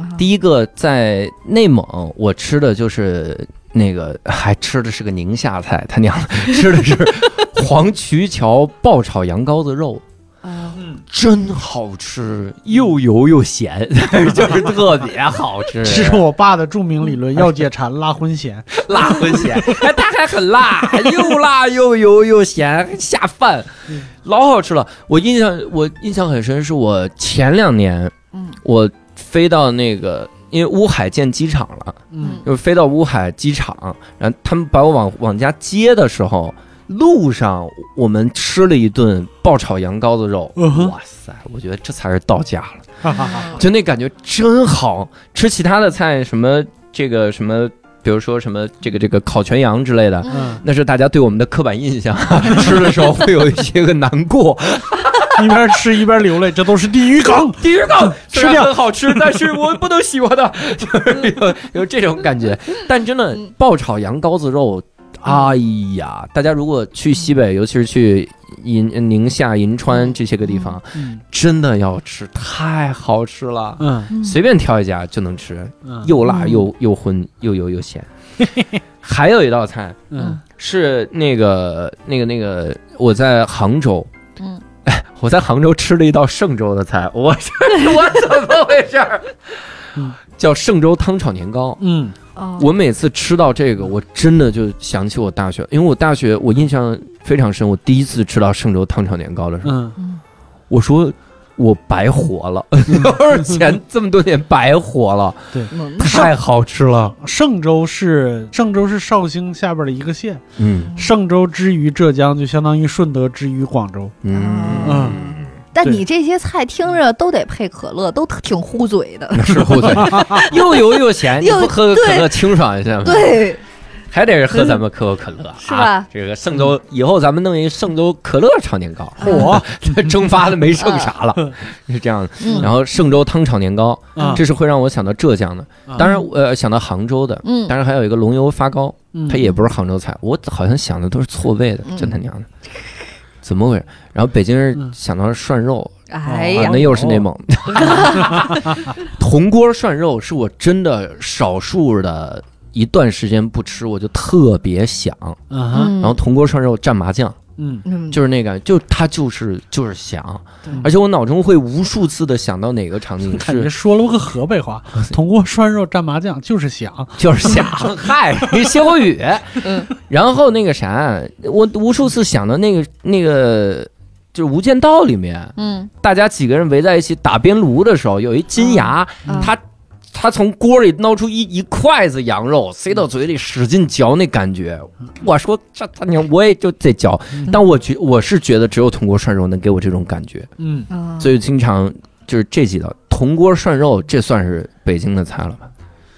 嗯，
第一个在内蒙，我吃的就是那个， 还吃的是个宁夏菜，他娘的吃的是黄渠桥爆炒羊羔子肉，
啊
真好吃，又油又咸， 就是特别好 吃，
这是我爸的著名理
嗯
论：要解馋，拉荤咸。
辣和咸，哎，它还很辣， 又辣又油又咸，下饭，老好吃了。我印象我印象很深，是我前两年，
嗯
我飞到那个，因为乌海建机场了，
嗯
就是飞到乌海机场，然后他们把我往往家接的时候。路上我们吃了一顿爆炒羊羔子肉，
嗯哼
哇塞！我觉得这才是到家了。
哈哈哈。
就那感觉真好。吃其他的菜，什么这个什么，比如说什么这个这个烤全羊之类的，
嗯，
那是大家对我们的刻板印象。 吃的时候会有一些个难过。
一边吃一边流泪，这都是地狱梗。
第一个
吃
虽然
掉
很好 吃，但是我不能喜欢的， 就是有有这种感觉。但真的
嗯
爆炒羊羔子肉，哎呀，大家如果去西北，尤其是去银宁夏、银川这些个地方，
嗯
真的要吃，太好吃了。
嗯
嗯
随便挑一家就能吃，
嗯
又辣
嗯
又又荤又油又咸。 还有一道菜
嗯
是那个那个那个，我在杭州，
嗯，
我在杭州吃了一道嵊州的菜，我这 我怎么回事儿
嗯？
叫嵊州汤炒年糕。
嗯
哦
我每次吃到这个，我真的就想起我大学，因为我大学我印象非常深，我第一次吃到嵊州汤炒年糕的时候，
嗯
嗯
我说我白活了， 就是前这么多年白活了，
嗯
太好吃了。
嵊州是嵊州是绍兴下边的一个县，
嗯
嵊州之于浙江，就相当于顺德之于广州。
嗯，
嗯，
但
对
你这些菜听着都得配可乐，都挺糊嘴的。
是后嘴，又油又咸，你
又
不喝可乐清爽一下吗？，
对，
还得是喝咱们可口可乐，
是吧
啊这个嵊州以后咱们弄一嵊州可乐炒年糕，
嚯，
这蒸发的没剩啥了，是这样的。
嗯
然后嵊州汤炒年糕，
啊
这是会让我想到浙江的，
啊
当然呃想到杭州的。
嗯
当，然还有一个龙油发糕，
嗯
它也不是杭州菜，我好像想的都是错位的
嗯，
真他娘的，怎么回事？然后北京人
嗯
想到是涮肉，
哎
啊
呀，，
那又是内蒙。 铜锅涮肉是我真的少数的一段时间不吃，我就特别想。
嗯哼
哦
嗯
啊然后铜锅涮肉蘸麻酱，
嗯
嗯
就是那个，就它就是就是想
对，
而且我脑中会无数次的想到哪个场 景
感觉
是
说了个河 北话，铜锅涮肉蘸麻酱就是响。
就是 想， 嗨，歇后语。
嗯
然后那个啥，我无数次想到那个那个。就是《无间道》里面，
嗯
大家几个人围在一起打边炉的时候，有一金牙，
嗯
他他从锅里捞出一一筷子羊肉，塞到嘴里使劲嚼，那感觉，我说这他娘我也就得嚼，但我觉我是觉得只有铜锅涮肉能给我这种感觉，
嗯，
嗯
所以经常 就是这几道铜锅涮肉，这算是北京的菜了吧？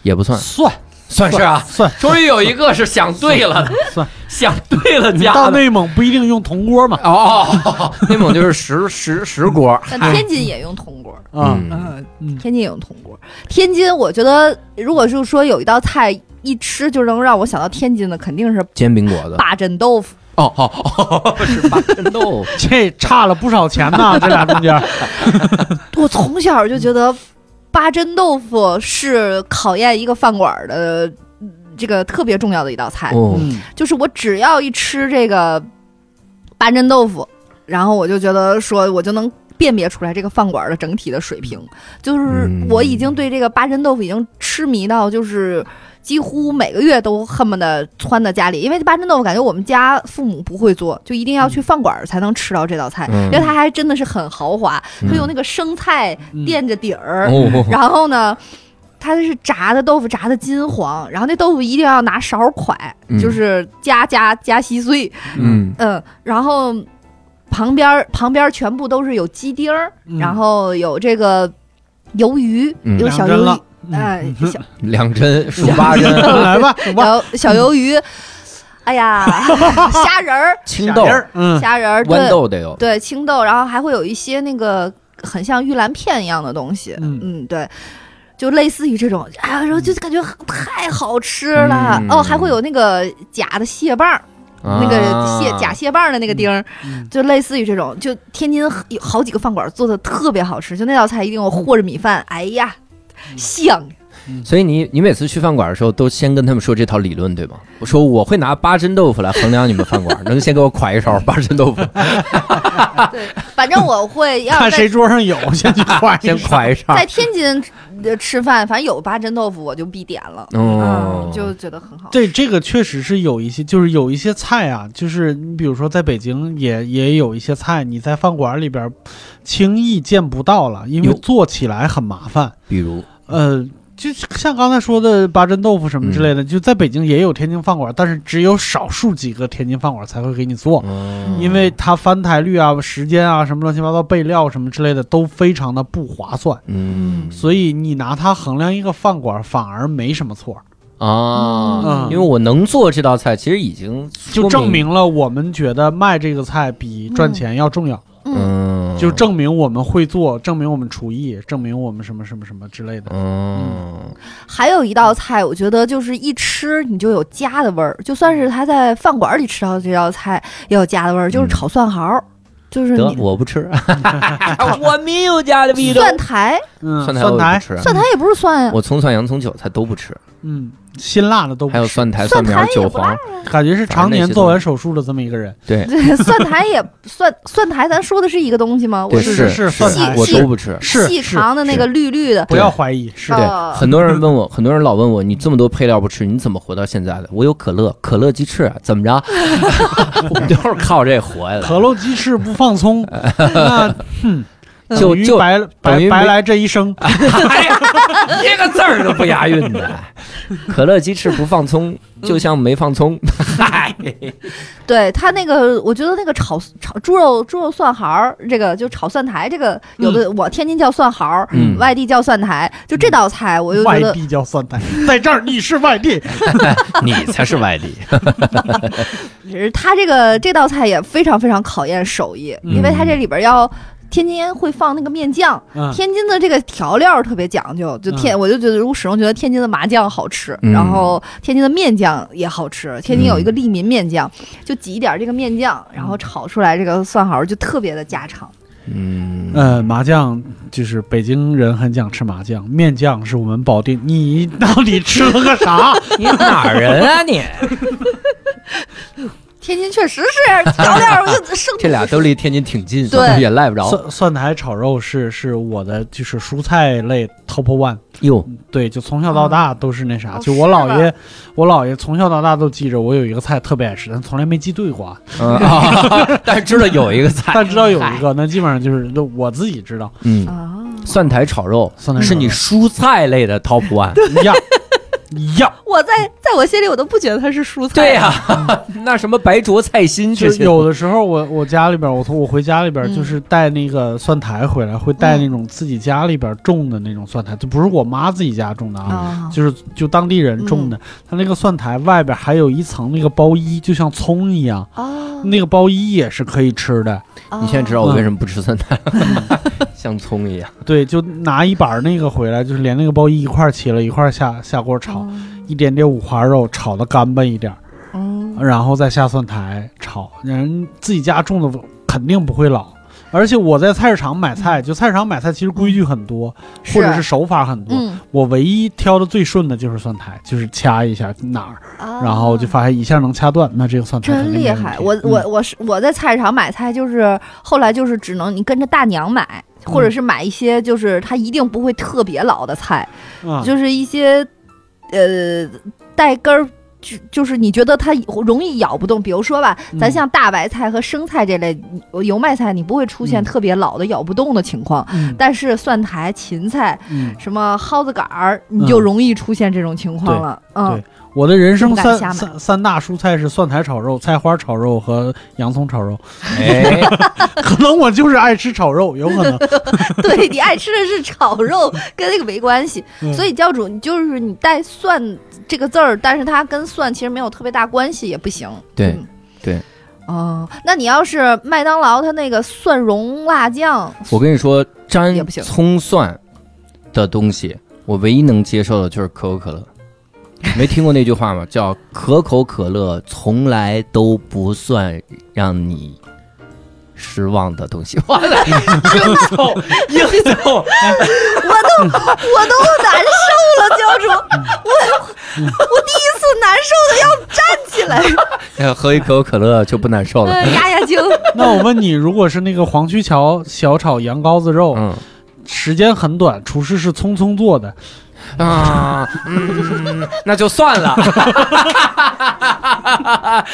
也不算，
蒜
算是啊，
算
终于有一个是想对了的，
算
想对了
你
家
到
的。
内蒙不一定用铜锅嘛？
哦，内蒙就是石石石锅，
但天津也用铜锅，
啊，
嗯，
嗯，
嗯
天津也用铜锅。天津，我觉得如果就是说有一道菜一吃就能让我想到天津的，肯定是
煎饼果子。
八珍豆腐。
哦哦哦，是八 珍豆腐。
这差了不少 钱呢，这俩中间。
哦嗯
我从小就觉得八珍豆腐是考验一个饭馆儿的嗯这个特别重要的一道菜，
哦，
嗯，
就是我只要一吃这个八珍豆腐，然后我就觉得说我就能。辨别出来这个饭馆儿的整体的水平，就是
嗯
我已经对这个八珍豆腐已经痴迷到，就是几乎每个月都恨不得窜到家里，因为八珍豆腐感觉我们家父母不会做，就一定要去饭馆儿才能吃到这道菜，
嗯
因为它还真的是很豪华，它有那
那
个生菜
嗯
垫着底儿，
哦，
然后呢，它是炸的豆腐炸的金黄，然后那豆腐一定要拿勺蒯，
嗯
就是夹夹夹稀碎，
嗯
嗯，然后旁边儿旁边儿全部都是有鸡丁儿，
嗯
然后有这个鱿鱼，
嗯
有小
两针
鱿
了嗯
鱼，哎， 小
两针数八 针，
来吧，走吧，
小小鱿鱼，哎呀， 虾仁儿，
青豆、
嗯，
虾仁儿，
豌
对
豆得有。
对，青豆，然后还会有一些那个很像玉兰片一样的东西，
嗯
嗯，对，就类似于这种，哎呀，然后就感觉太好吃了、
嗯
哦，还会有那个假的蟹棒儿，那个
啊
蟹假蟹棒儿的那个丁儿，
啊嗯
就类似于这种，就天津有好几个饭馆做的特别好吃，就那道菜一定要和着米饭，哎呀，
嗯
香。
所以你你每次去饭馆的时候，都先跟他们说这套理论对吗？我说我会拿八珍豆腐来衡量你们饭馆，能先给我㧟一勺八珍豆 腐，
对，反正我会要
看
在
谁桌上有， 先去换一
先
个。
㧟一勺。
在天津呃吃饭，反正有八珍豆腐我就必点了，
哦
嗯，，就觉得很好。
对，这个确实是有一些，就是有一些菜啊，就是你比如说在北京也也有一些菜，你在饭馆里边轻易见不到了，因为
有
做起来很麻烦。
比如
呃，就像刚才说的八珍豆腐什么之类的，就在北京也有天津饭馆，但是只有少数几个天津饭馆才会给你做，
嗯
因为它翻台率啊、时间啊、什么乱七八糟备料什么之类的都非常的不划算，
嗯
所以你拿它衡量一个饭馆反而没什么错，
啊，
嗯
因为我能做这道菜，其实已经
就
说
证明了我们觉得卖这个菜比赚钱要重要，
嗯，
嗯，
就证明我们会做，证明我们厨艺，证明我们什么什么什么之类的。
嗯
还有一道菜，我觉得就是一吃你就有家的味儿，就算是他在饭馆里吃到的这道菜也有家的味儿，就是炒蒜毫儿，就
嗯
是
得
你
我不吃，我没有家的味道。
蒜苔，
嗯，
蒜苔我也不
蒜苔，
吃，
蒜苔也不是蒜呀，
我葱蒜、洋葱、韭菜都不吃，
嗯，辛辣的都不
还有
吃
蒜苔、
蒜
苗、
苔也
韭
不辣
黄
呀，，
感觉是
反正
常
那
年
些
做
东西
完手术的这么一个人。
对
对， 蒜苔也蒜蒜苔，咱说的是一个东西吗？我
对
是
是
是
蒜苔
我
是
都不吃。
是
细
是
长的那个绿绿的，
不要怀疑，是
哦
对，很多人问我，很多人老问我，你这么多配料不吃，你怎么活到现在的？我有可乐，可乐鸡翅，啊怎么着？ 我们都是靠这活下来的。
可乐鸡翅不 放葱，那
嗯
哼，
就
等于
就
白
等于
白
没
白来这一生。
哎呀，一个字儿都不押韵的。可乐鸡翅不放葱，就像没放葱。嗨，
对它那个，我觉得那个炒炒猪肉猪肉蒜毫儿，这个就炒蒜苔，这个有的我天津叫蒜毫儿，
嗯
外地叫蒜苔，就这道菜我就觉
外
得
地叫蒜苔，在这儿你是外 地，
你才是外地。
是它这个这道菜也非常非常考验手艺，
嗯
因为它这里边要。天津会放那个面酱，
嗯
天津的这个调料特别讲究，就天、我就觉得，我始终觉得天津的麻酱好吃，
嗯
然后天津的面酱也好吃。天津有一个利民面酱，就挤一点这个面酱，然后炒出来这个蒜毫就特别的家常。
嗯
呃，麻酱就是北京人很讲吃麻酱，面酱是我们保定。你到底吃了个 啥？
你哪儿人啊你？
天津确实 是调料，我就生
这俩都离天津挺近，
对
也赖不着。
蒜蒜苔炒肉是是我的就是蔬菜类 top one，
哟，
对，就从小到大都是那啥。
哦
就我姥
是
爷，我姥爷从小到大都记着我有一个菜特别爱吃，但从来没记对过啊。
嗯啊， 但是知道有一个菜，
但知道有一个，那基本上就是那我自己知道
嗯，
啊，
蒜苔炒肉
蒜苔炒肉
是你蔬菜类的 top one。
呀。要，
我在在我心里我都不觉得它是蔬菜。啊
对呀、 那什么白灼 菜心
就
这
是
些，
有的时候我我家里边，我从我回家里边
嗯
就是带那个蒜苔回来，会带那种自己家里边种的那种蒜苔，就不是我妈自己家种的啊，
啊，
就是就当地人种的。它那个蒜苔外边还有一层那个包衣，就像葱一样，
哦，
那个包衣也是可以吃的。
啊
你现在知道我为什么不吃酸菜了， 像葱一样。
对，就拿一板那个回来，就是连那个包衣一块儿切了，一块儿下下锅炒，
哦
一点点五花肉炒的干巴一点儿，
嗯
然后再下蒜苔炒，人自己家种的肯定不会老。而且我在菜市场买菜，就菜市场买菜其实规矩很多，或者是手法很多。
嗯，
我唯一挑的最顺的就是蒜苔，就是掐一下哪儿，然后就
啊
发现一下能掐断，那这个蒜苔肯
真
定
厉
没问题嗯
害！我我我是我在菜市场买菜，就是后来就是只能你跟着大娘买，或者是买一些就是它一定不会特别老的菜，
嗯啊
就是一些呃带根儿。就就是你觉得它容易咬不动，比如说吧，
嗯
咱像大白菜和生菜这类你油麦菜，你不会出现
嗯
特别老的咬不动的情况。
嗯
但是蒜苔、芹菜、
嗯，
什么蒿子杆儿，你就
嗯
容易出现这种情况了。嗯
对，我的人
就
生
不敢瞎
三
买
三三大蔬菜是蒜苔炒肉、菜花炒肉和洋葱炒肉。
哎，
可能我就是爱吃炒肉，有可能。
对你爱吃的是炒肉，跟那个没关系。
嗯
所以教主，你就是你带“蒜”这个字儿，但是它跟蒜其实没有特别大关系，也不行。
对
嗯
对。
哦，那你要是麦当劳它那个蒜蓉辣 酱，
我跟你说，沾
也不行
葱蒜的东西，我唯一能接受的就是可口可乐。没听过那句话吗？ 叫“可口可乐从来都不算让你失望的东西”。 哇塞，硬凑 硬凑，
我都难受了，教主，
嗯
我我第一次难受的要站起来，
哎喝一可口可乐就不难受了。
呃压压惊。
那我问你，如果是那个黄须桥小炒羊羔子肉，
嗯
时间很短，厨师是匆匆做的，
啊，嗯，那就算了。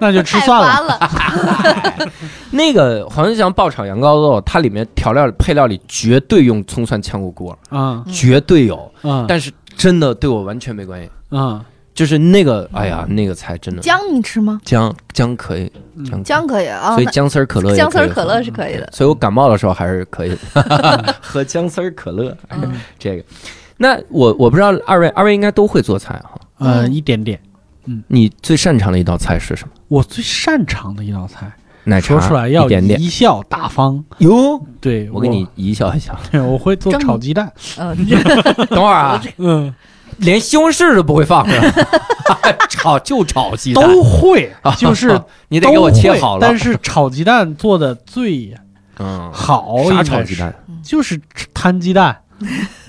那就吃
太
蒜
烦
了。
了，
那个黄吉祥爆炒羊羔肉，它里面调料配料里绝对用葱蒜炝过锅，
嗯
嗯
绝对有。
嗯
但是真的对我完全没关系。
嗯，
就是那个，哎呀，那个菜真的
嗯姜你吃吗？
姜姜可以，
嗯
姜
姜可以啊，
所以姜丝儿可乐
那
也
姜丝儿
可以
可
喝
乐是可以的。
所以我感冒的时候还是 可以的，喝姜丝儿可乐
嗯，
这个。那我我不知道二位二位应该都会做菜啊哈，
呃，
嗯
一点点。
你最擅长的一道菜是什么？
我最擅长的一道菜，
奶茶
说出来要
一点点
贻笑大方。
哟，
对
我给你，一笑一笑。
对我 会做
蒸
炒鸡蛋。
嗯，
等会儿啊，
嗯，
连西红柿都不会放是吧？炒就炒鸡蛋，
都会，就是
你得
都
给我切
会
好了。
但是炒鸡蛋做的最
嗯，
好，
啥
应
炒
该
鸡
是
蛋？
就是摊 鸡蛋，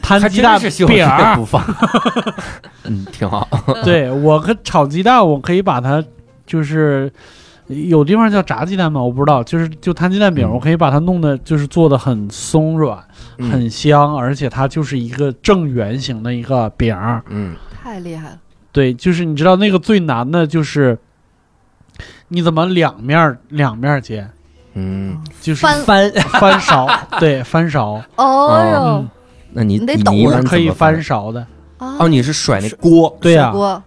摊
还
鸡
真
蛋
是西红
饼
柿
儿
不。放，嗯，挺好。
对我可炒鸡蛋，我可以把它就是有地方叫炸鸡蛋吗？我不知道，就是就摊鸡蛋饼，
嗯
我可以把它弄的就是做的很松软、
嗯
很香，而且它就是一个正圆形的一个饼儿。
嗯，
太厉害了。
对，就是你知道那个最难的就是你怎么两面儿两面儿煎，
嗯，
就是
翻
翻，
翻勺，对，翻勺，
哦
那你
你得 抖啊
你一般
可以
怎么翻
翻勺的，
哟，
哦，你是甩那锅，
嗯对呀、
锅
啊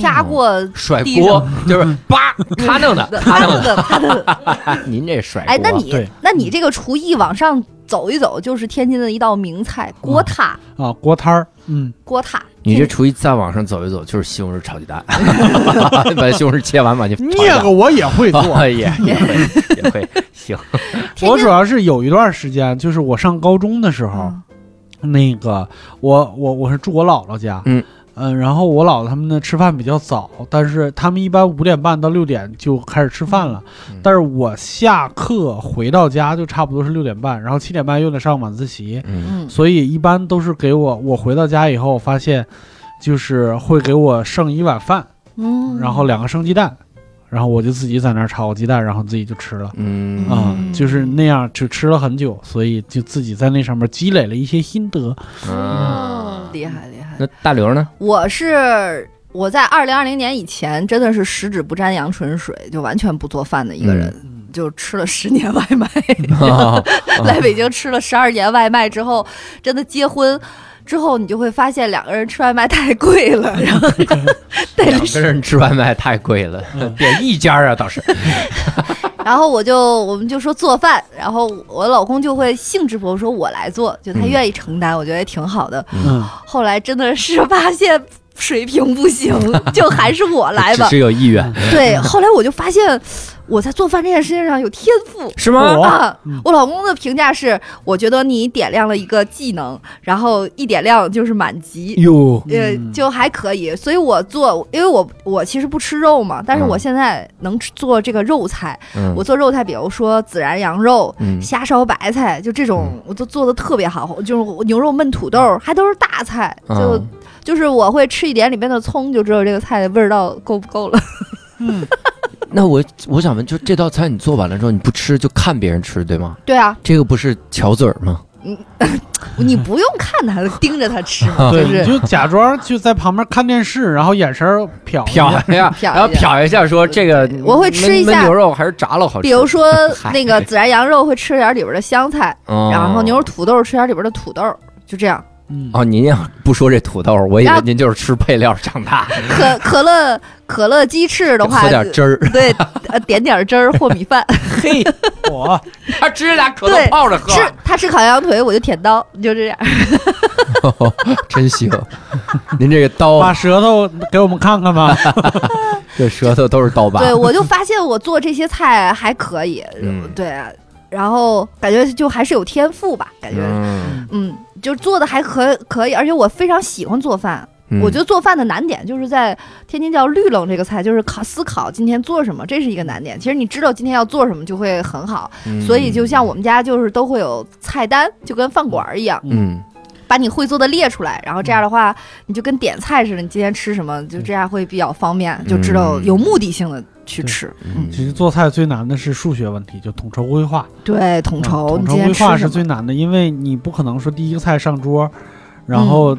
啪过
嗯甩
地
锅就是叭，咔弄 的，咔弄的。
的，他的。
您这甩锅，啊
哎，那你
对
那你这个厨艺往上走一走，就是天津的一道名菜——锅塌。
啊，锅摊儿，嗯，
锅塌，
你这厨艺再往上走一走，就是西红柿炒 鸡蛋， 把西红柿切完把 你
那个我也 会 做。
啊也也会也 会行，
天津
我主要是有一段时间，就是我上高中的时候，
嗯
那个我我我是住我姥姥家，
嗯
呃然后我姥姥他们呢吃饭比较早，但是他们一般五点半到六点就开始吃饭了，
嗯
但是我下课回到家就差不多是六点半，然后七点半又得上晚自习，
嗯
嗯，
所以一般都是给我我回到家以后，我发现就是会给我剩一碗饭，
嗯
然后两个生鸡蛋，然后我就自己在那儿炒鸡蛋，然后自己就吃了。
嗯
啊、
嗯
就是那样，就吃了很久，所以就自己在那上面积累了一些心得。
啊，
哦厉害厉害。
那大刘呢？
我是我在二零二零年以前真的是十指不沾阳春水，就完全不做饭的一个人，就吃了十年
哦
外卖。来北京吃了十二年外卖之后，真的结婚之后你就会发现两个人吃外卖太贵了， 然后对
两个人吃外卖太贵了，点一家啊倒是。
然后我就我们就说做饭，然后我老公就会兴致勃勃说我来做，就他
嗯
愿意承担，我觉得也挺好的。
嗯，
后来真的是发现水平不行，就还是我来
嗯只
吧。
是有意愿，
对，后来我就发现我在做饭这件事情上有天赋。
是吗？
啊
嗯！
我老公的评价是，我觉得你点亮了一个技能，然后一点亮就是满级。
哟，
呃，
嗯
就还可以，所以我做，因为我我其实不吃肉嘛，但是
嗯
我现在能吃做这个肉菜，
嗯
我做肉菜，比如说孜然羊肉、
嗯
虾烧白菜，就这种我都做的特别好，就是牛肉焖土豆，还都是大菜，
嗯
就就是我会吃一点里面的葱，就知道这个菜的味儿道够不够了。
嗯
嗯
那我我想问，就这道菜你做完了之后，你不吃就看别人吃， 对吗？
对啊，
这个不是巧嘴儿吗？
你不用看他，盯着他吃 嘛，就
对，你
是
就假装就在旁边看电视，然后眼神儿瞟一
瞟
下
一下，
瞟一下
然后瞟一下，说这个
我会吃一下
焖焖牛肉还是炸了好吃？
比如说
嗨
那个孜然羊肉会吃点里边的香菜，
哦，
然后牛肉土豆吃点里边的土豆，就这样。
嗯，
啊
哦，您要不说这土豆，我以
然
为
后
您就是吃配料长大，
可可乐可乐鸡翅的话，
喝点汁儿，
对，呃点点汁儿和米饭。
嘿，
我
他直 拿可
对
乐泡着喝
吃，他吃烤羊腿，我就舔刀，就这样。
真行。 您这个刀
哦
把，舌头给我们看看吧。
这舌头都是刀疤。
对，我就发现我做这些菜还可以，
嗯
对，然后感觉就还是有天赋吧，感觉
嗯，
嗯就做的还可可以，而且我非常喜欢做饭。
嗯
我觉得做饭的难点就是在天津叫绿冷这个菜，就是考思考今天做什么，这是一个难点。其实你知道今天要做什么就会很好，
嗯
所以就像我们家就是都会有菜单，就跟饭馆儿一样，
嗯，
把你会做的列出来，然后这样的话你就跟点菜似的，你今天吃什么，就这样会比较方便，就知道有目的性的去吃。
嗯
其实做菜最难的是数学问题，就统筹规划。
对，统筹，
嗯
你
统筹
今天
规
吃
划
什
是
么？
最难的，因为你不可能说第一个菜上桌，然
嗯
后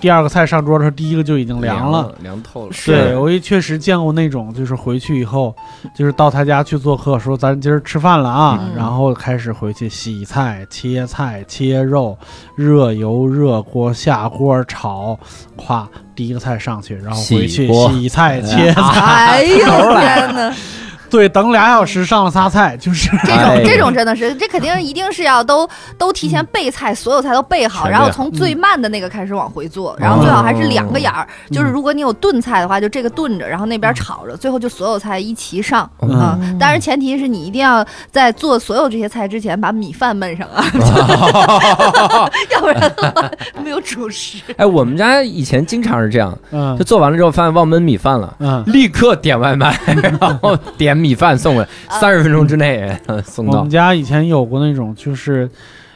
第二个菜上桌的时候，第一个就已经凉了。，
凉透了。
对，我也确实见过那种，就是回去以后，就是到他家去做客，说咱今儿吃饭了啊，
嗯
然后开始回去洗菜、切菜、切肉、热油、热锅、下锅炒，咵，第一个菜上去，然后回
洗
去
锅
洗菜、切 菜，
哎呦 天哪！
对，等俩小时上了仨菜，就是
这
哎
种这种真的是，这肯定一定是要都都提前备菜，所有菜都备好，
全
然后
对
从最慢的那个开始往回做，然后最好还是两个眼儿。
嗯
就是如果你有炖菜的话，就这个炖着，然后那边炒着，最后就所有菜一齐上
嗯
啊。当然前提是你一定要在做所有这些菜之前把米饭焖上啊， 要不然的话没有主食。
哎，我们家以前经常是这样，
嗯
就做完了之后发现忘焖米饭了。
嗯，
立刻点外卖， 然后点米饭送过
啊
来，三十分钟之内呃送
我
到
们。家以前有过那种，就是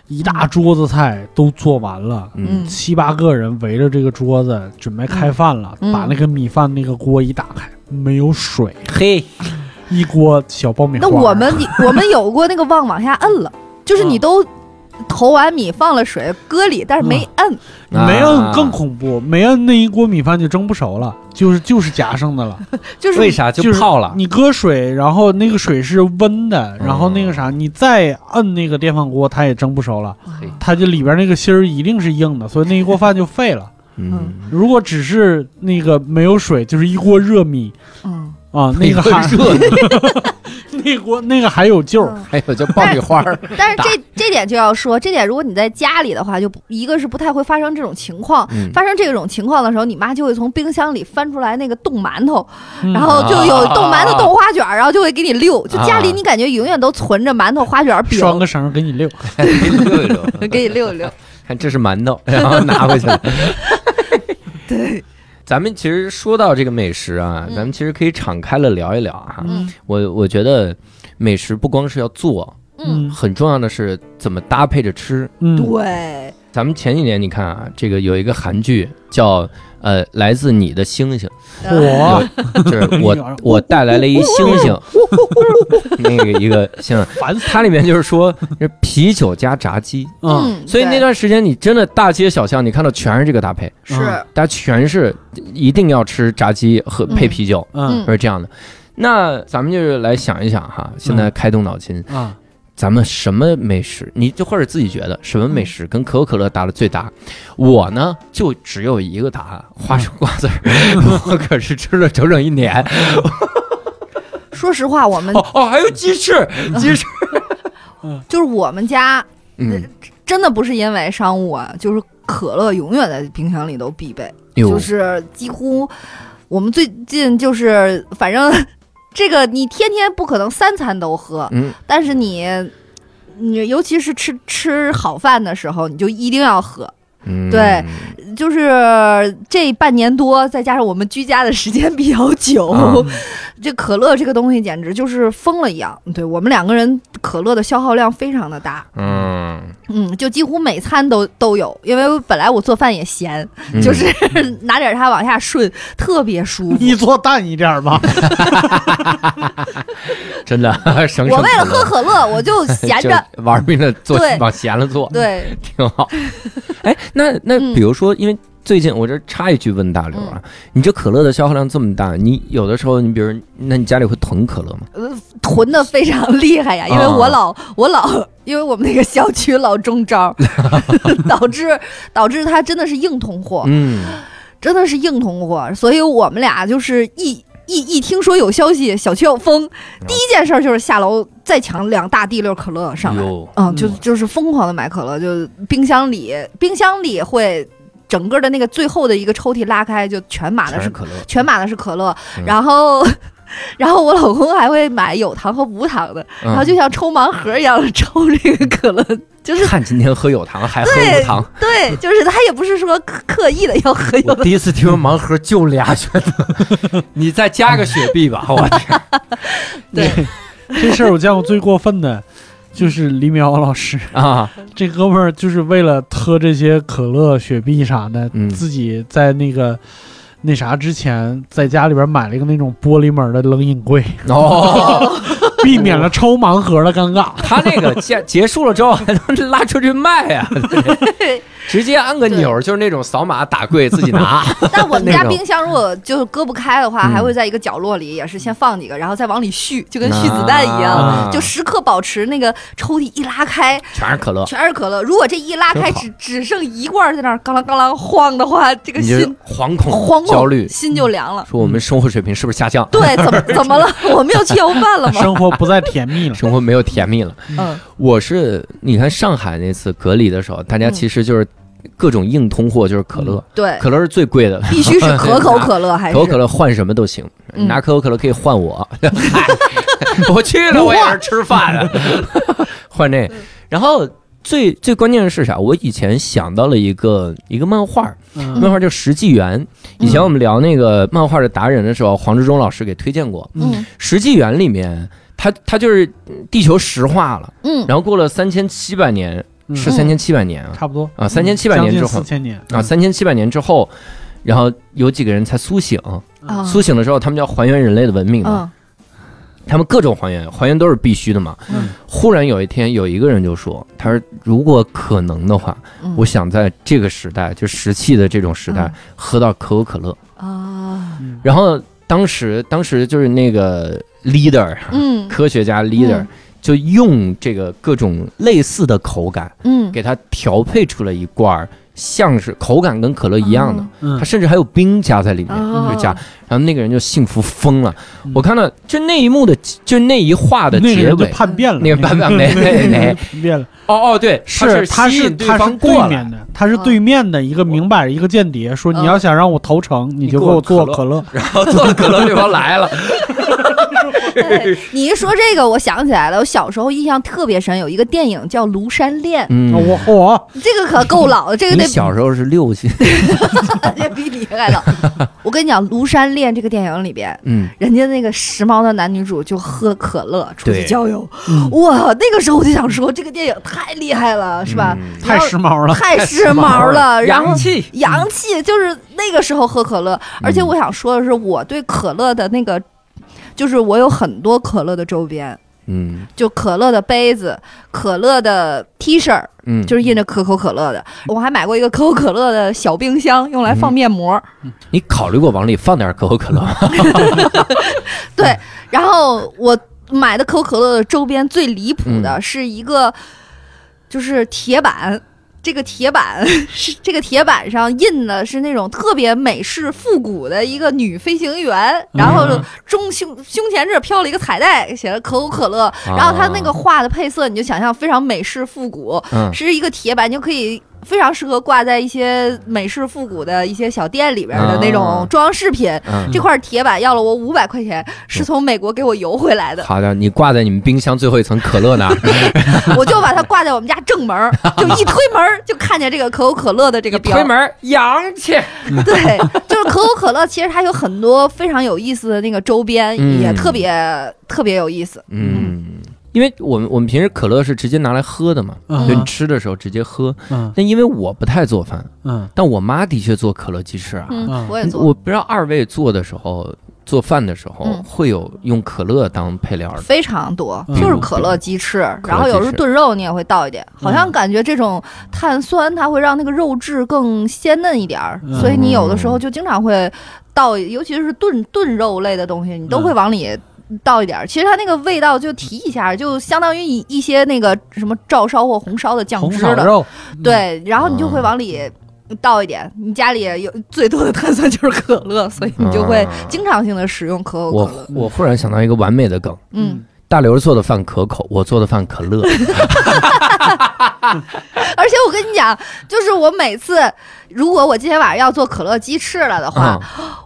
一大桌子菜都做完了。
嗯，
七八个人围着这个桌子准备开饭了，
嗯
把那个米饭那个锅一打开，没有水，
嘿，
一锅小爆米花。
那我们我们有过那个忘往下摁了，就是你
嗯
都投完米放了水搁里，但是没摁。
没
啊
摁更恐怖，没摁那一锅米饭就蒸不熟了，就是就是夹生的了，
就是
为啥
就
就是泡了？嗯
你搁水，然后那个水是温的，然后那个啥，你再摁那个电饭锅，它也蒸不熟了
嘿，
它就里边那个芯儿一定是硬的，所以那一锅饭就废了。
嗯，
如果只是那个没有水，就是一锅热米
嗯，
啊，那个
还
还
热的，
那锅那个还有救儿。
嗯
还有叫爆米花 儿。
但是这这点就要说，这点如果你在家里的话，就不一个是不太会发生这种情况。
嗯
发生这种情况的时候，你妈就会从冰箱里翻出来那个冻馒头，
嗯
然后就有
啊
冻馒头、冻花卷儿，然后就会给你溜。就家里
啊
你感觉永远都存着馒头、花卷儿、饼，
拴个绳儿给你溜。
溜一溜，
给你溜一溜。
看这是馒头，然后拿回去
嗯
了。
对，
咱们其实说到这个美食啊，
嗯
咱们其实可以敞开了聊一聊啊。
嗯
我我觉得美食不光是要做，
嗯，
很重要的是怎么搭配着吃。
嗯，
对，
咱们前几年你看啊，这个有一个韩剧叫呃《来自你的星 星
嗯
呃
我》，
就是我我带来了一星 星，那
嗯
个一个星星，
烦死。
它里面就是说是啤酒加炸鸡，
嗯，
嗯，
所以那
对
段时间你真的大街小巷你看到全是这个搭配，
是
大家全是一定要吃炸鸡和配啤酒，
嗯嗯
是这样的。那咱们就是来想一想哈，现在开动脑筋，
啊，
咱们什么美食，你就或者自己觉得什么美食跟可口可乐搭的最搭？我呢就只有一个答案：花生瓜子 儿。我可是吃了整整一年。
说实话，我们
哦哦，还有鸡翅，鸡翅。
就是我们家呃
嗯，
真的不是因为商务啊，就是可乐永远在冰箱里都必备，
有
就是几乎我们最近就是反正 这个你天天不可能三餐都喝，
嗯，
但是你你尤其是吃吃好饭的时候，你就一定要喝。
嗯
对，就是这半年多，再加上我们居家的时间比较久，
啊
这可乐这个东西简直就是疯了一样。对我们两个人，可乐的消耗量非常的大，
嗯，
嗯，就几乎每餐都都有。因为本来我做饭也咸，
嗯
就是 拿点它往下顺，特别舒服。
你做淡一点 吧。
真的 省省
我为了
可
喝可乐，我 就闲
啊就
着。
玩命的做，
对
往闲了做，
对，
挺好。哎，那那
嗯
比如说，因为最近我这插一句问大刘啊，你这可乐的消耗量这么大，你有的时候你比如，那你家里会囤可乐吗？
囤的非常厉害呀，因为
啊
我老、我老，因为我们那个小区老中 招，导致导致它真的是硬通货。
嗯，
真的是硬通货，所以我们俩就是一一一听说有消息小区要封，
嗯
第一件事儿就是下楼再抢两大地六可乐上来，
有
嗯，就就是疯狂的买可乐，就冰箱里冰箱里会整个的那个最后的一个抽屉拉开，就全满
全
的是
是可乐，
全满的是可乐，
嗯
然后。 然后我老公还会买有糖和无糖的，
嗯
然后就像抽盲盒一样地抽这个可乐，就是
看今天喝有糖还喝
对
无糖，
对，就是他也不是说刻刻意的要喝有
我第一次听说盲盒就俩选择， 你再加个雪碧 吧，我天，
这事儿我见过最过分的，就是李淼老师，
啊，
这哥们儿就是为了喝这些可乐、雪碧啥的，
嗯
自己在那个那啥之前，在家里边买了一个那种玻璃门的冷饮柜，
哦，
避免了抽盲盒的尴尬。
他那个结结束了之后还能拉出去卖呀、
对
直接按个钮儿，就是那种扫码打柜自己 拿，
但我们
那
家
种
冰箱如果就是割不开的话，
嗯
还会在一个角落里，也是先放几个，然后再往里续，就跟续子弹一样，
啊
就时刻保持那个抽屉一拉开
全是可乐，
全是可乐。如果这一拉开
啊真好
只只剩一罐在那儿嘎啷嘎啷晃的话，这个
你就
心
惶恐、
惶恐，
焦虑，嗯
心就凉了。
说我们生活水平是不是下降？
对， 怎么怎么了？我们又去要饭了吗？
生活不再甜蜜了。
生活没有甜蜜了。
嗯，
我是你看上海那次隔离的时候，大
嗯
家其实就是各种硬通货，就是可乐，
对，
可乐是最贵的，
必须是可口可乐嗯哎还
可
是
口可乐换什么都行，
嗯
拿可口可乐可以换我。嗨我去了，我也是吃饭啊的，换这。
嗯
然后最最关键的是啥？我以前想到了一个一个漫画，
嗯
漫画叫《石纪元》。
嗯
以前我们聊那个漫画的达人的时候，黄志忠老师给推荐过
嗯
《石纪元》里面。它它就是地球石化了，
嗯
然后过了三千七百年，
嗯
是三千七百年啊
差不多，
啊，三千七百年之后
四千年
啊，
嗯
三千七百年之后，然后有几个人才苏醒，
啊
苏醒的时候，他们就要还原人类的文明嘛，
嗯
他们各种还原，还原都是必须的嘛。
嗯
忽然有一天，有一个人就说：“他说如果可能的话，
嗯
我想在这个时代，就石器的这种时代
嗯，
喝到可口可乐。
啊
嗯
然后当时，当时就是那个 leader，、
嗯
科学家 leader、
嗯
就用这个各种类似的口感，
嗯，
给它调配出了一罐儿像是口感跟可乐一样的，
嗯
它甚至还有冰加在里面，
哦
就加，然后那个人就幸福疯了
嗯。
我看到就那一幕的，就那一话的
那个
结
人就
尾，
叛变了，
那个版 本没没没，
叛变了，
哦哦对，
是他
他吸
是
引对
他是
方
对
过
面
来，
的，他是
嗯
对面的一个明摆着一个间谍，说你要想让我投诚，你就给我做可乐，
然后做了可乐对方来了，
对你一说这个，我想起来了，我小时候印象特别深，有一个电影叫《庐山恋》，
嗯
啊我我
这个可够老的，这个
你
得
小时候是六岁，
也比你还老。我跟你讲，《庐山恋》这个电影里边，
嗯，
人家那个时髦的男女主就喝可乐出去
对
郊游，
嗯
哇，那个时候我就想说，这个电影太厉害了，是吧？
嗯
太时髦了，
太哎时髦了，然后
洋。气，
洋气就是那个时候喝可乐，而且我想说的是，我对可乐的那个，就是我有很多可乐的周边，
嗯
就可乐的杯子、可乐的 T 恤儿，
嗯，
就是印着可口可乐的。我还买过一个可口可乐的小冰箱，用来放面膜。
你考虑过往里放点可口可乐吗？
对，然后我买的可口可乐的周边最离谱
嗯
的是一个，就是铁板。这个铁板 是这个铁板上印的是那种特别美式复古的一个女飞行员，然后
嗯
中胸胸前这飘了一个彩带，写了可口可乐，
啊
然后它那个画的配色你就想象非常美式复古，
嗯
是一个铁板，你就可以非常适合挂在一些美式复古的一些小店里边的那种
啊
装饰品。
嗯，
这块铁板要了我五百块钱，是从美国给我邮回来的，
好的，你挂在你们冰箱最后一层可乐 那儿，
我就把它挂在我们家正 门儿，就一推门儿就看见这个可口可乐的这个标
推。门儿洋气，
对，就是可口可乐，其实它有很多非常有意思的那个周边，
嗯
也特别特别有意思。
嗯。因为我们我们平时可乐是直接拿来喝的嘛，
嗯
就你吃的时候直接喝。
嗯
但因为我不太做饭，
嗯
但我妈的确做可乐鸡翅啊。
嗯
嗯，
我也做
我不知道二位做的时候，做饭的时候、
嗯
会有用可乐当配料的。嗯
非常多，
嗯
就是可乐鸡翅，
可乐鸡翅
然后有时候炖肉你也会倒一点，好像感觉这种碳酸它会让那个肉质更鲜嫩一点儿，
嗯
所以你有的时候就经常会倒，尤其是炖炖肉类的东西，你都会往里。倒一点儿，其实它那个味道就提一下，就相当于一一些那个什么照烧或红烧的酱
红
汁
烧
了。
肉，
嗯
对，然后你就会往里倒一点。你家里有 最多的碳酸就是可乐，所以你就会
啊
经常性的使用可口
我
可乐。
我忽然想到一个完美的梗：
嗯，
大刘做的饭可口，我做的饭可 乐。
而且我跟你讲，就是我每次如果我今天晚上要做可乐鸡翅了的话，
啊，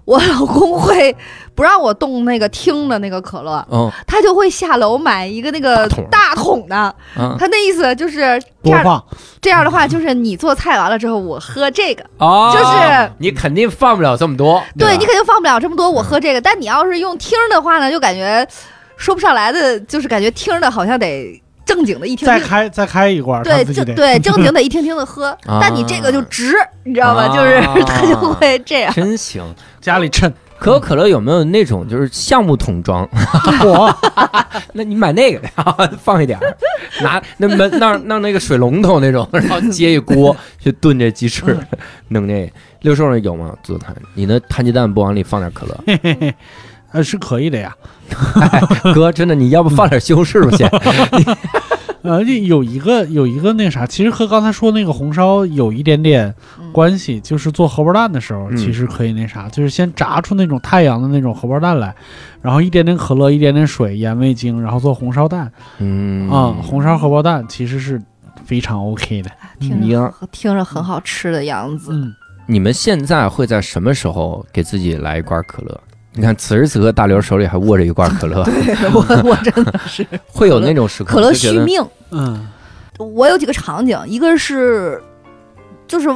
我老公会不让我动那个听的那个可乐，
嗯
他就会下楼买一个那个
大桶
大桶的。
嗯
他那意思就是这
播
样，
放
这样的话就是你做菜完了之后，我喝这个。
哦
就是
你肯定放不了这么多。
啊对啊嗯
吧
你肯定放不了这么多，我喝这个。但你要是用听儿的话呢，就感觉说不上来的，就是感觉听儿的好像得正经的一听
再
听。
开再开一罐，他
对，
自己
正
得
对正经的一听听的喝，
啊
但你这个就直，你知道吗？
啊
就是他就会这样。
真行。
家里趁
可口可乐有没有那种就是橡木桶 装？
我
那你买那个，然后放一点 儿，拿那门那那那个水龙头那种， 然后接一锅去炖这鸡翅，弄这个。六兽那有吗？做摊你那摊鸡蛋不往里放点可乐？
嘿嘿嘿，呃是可以的呀。
哥，真的你要不放点西红柿吧先？
呃，有一个有一个那啥，其实和刚才说那个红烧有一点点
嗯
关系，就是做荷包蛋的时候，
嗯
其实可以那啥，就是先炸出那种太阳的那种荷包蛋来，然后一点点可乐，一点点水，盐味精，然后做红烧蛋
嗯
啊、红烧荷包蛋其实是非常 OK 的。
一
听着
样。
听着很好吃的样子，
嗯，
你们现在会在什么时候给自己来一罐可乐？你看，此时此刻，大刘手里还握着一罐 可乐，
我我 真的是
会有那种时刻，
可乐
就觉
续
得
命。
嗯
我有几个场景，一个是就是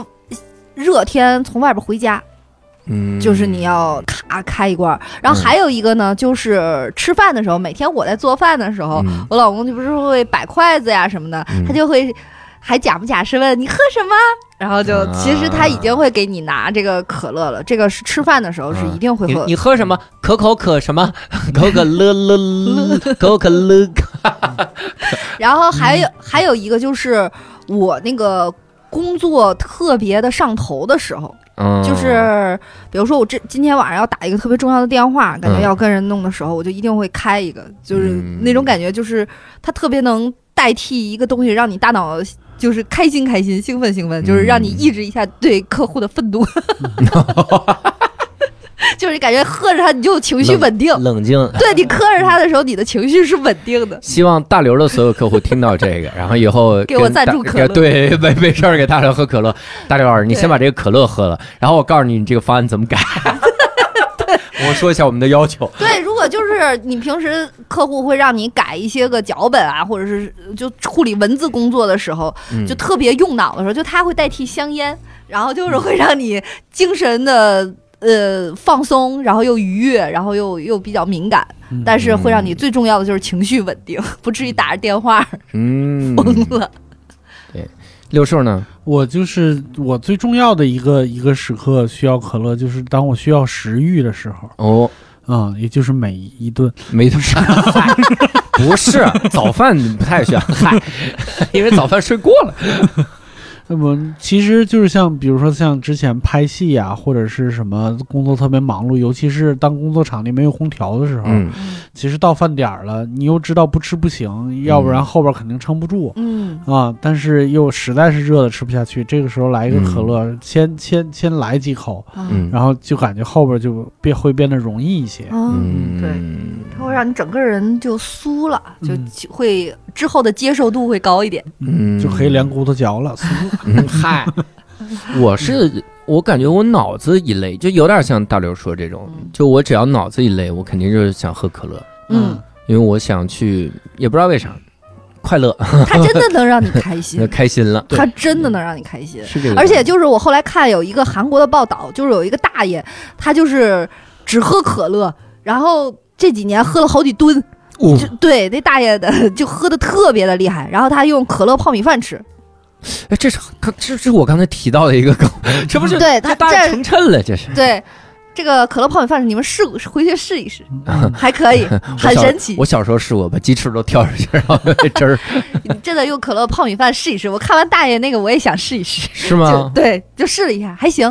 热天从外边回家，
嗯，
就是你要咔开一罐儿。然后还有一个呢，就是吃饭的时候，每天我在做饭的时候，
嗯
我老公就不是会摆筷子呀什么的，
嗯
他就会还假不假是问你喝什么。然后就
啊
其实他已经会给你拿这个可乐了，这个是吃饭的时候是
嗯
一定 会
你
喝。
你喝什么？可口可什么？ 可可乐乐乐，可口可乐。
然后还
嗯
有还有一个就是我那个工作特别的上头的时候，
嗯
就是比如说我这今天晚上要打一个特别重要的电话，感觉
嗯
要跟人弄的时候，我就一定会开一个，就是
嗯
那种感觉，就是它特别能代替一个东西，让你大脑。就是开心开心，兴奋兴奋，就是让你
嗯
抑制一下对客户的愤 怒，就是感觉喝着它你就情绪稳定。
冷静。
对你喝着它的时候，你的情绪是稳定的。
希望大刘的所有客户听到这个， 然后以后
给我
跟
赞
大
助可乐
给对， 没没事儿给大刘喝可乐。大刘老师，你
对
先把这个可乐喝了，然后我告诉你你这个方案怎么 改。我说一下我们的要求。
对，如果就是你平时客户会让你改一些个脚本啊，或者是就处理文字工作的时候，
嗯
就特别用脑的时候，就它会代替香烟，然后就是会让你精神的呃放松，然后又愉悦，然后又又比较敏感，
嗯
但是会让你最重要的就是情绪稳定，不至于打着电话
嗯，
疯了。
六兽呢？
我就是我最重要的一个一个时刻需要可乐，就是当我需要食欲的时候
哦，
啊、也就是每一顿
没得
哦
吃，嗨不是早饭不太需要，嗨，因为早饭睡过了。
那么其实就是像，比如说像之前拍戏啊呀、或者是什么工作特别忙碌，尤其是当工作场地没有空调的时候，
嗯
其实到饭点儿了，你又知道不吃不行，要不
嗯
然后边儿肯定撑不住。
嗯，
啊，但是又实在是热的吃不下去，这个时候来一个
嗯
可乐，先先先来几口，
嗯
嗯
然后就感觉后边就变会变得容易一些。
嗯，对，
嗯
它会让你整个人就酥了，就
嗯
就会之后的接受度会高一点。
嗯
就可以连骨头嚼了，酥
嗯嗨，我是我感觉我脑子一累，就有点像大刘说这种
嗯，
就我只要脑子一累，我肯定就是想喝可乐，
嗯，
因为我想去，也不知道为啥，快乐，
它真的能让你开 心，
开心了，
它真的能让你开心。
是这个，
而且嗯就是我后来看有一个韩国的报道，就是有一个大爷，他就是只喝可乐，然后这几年喝了好几吨，
嗯
哦
就对那大爷的就喝的特别的厉害，然后他用可乐泡米饭吃，
哎，这是刚这是我刚才提到的一个梗， 这不是这
对他
大家
这
成谶了，这是
对这个可乐泡米饭，你们试过回去试一试，
嗯
还可以，很神奇
嗯我。小时候是我把鸡翅都挑出去，然后被汁 儿，
你真的用可乐泡米饭试一试，我看完大爷那个我也想试一试，
是
就
吗？
对，就试了一下，还行，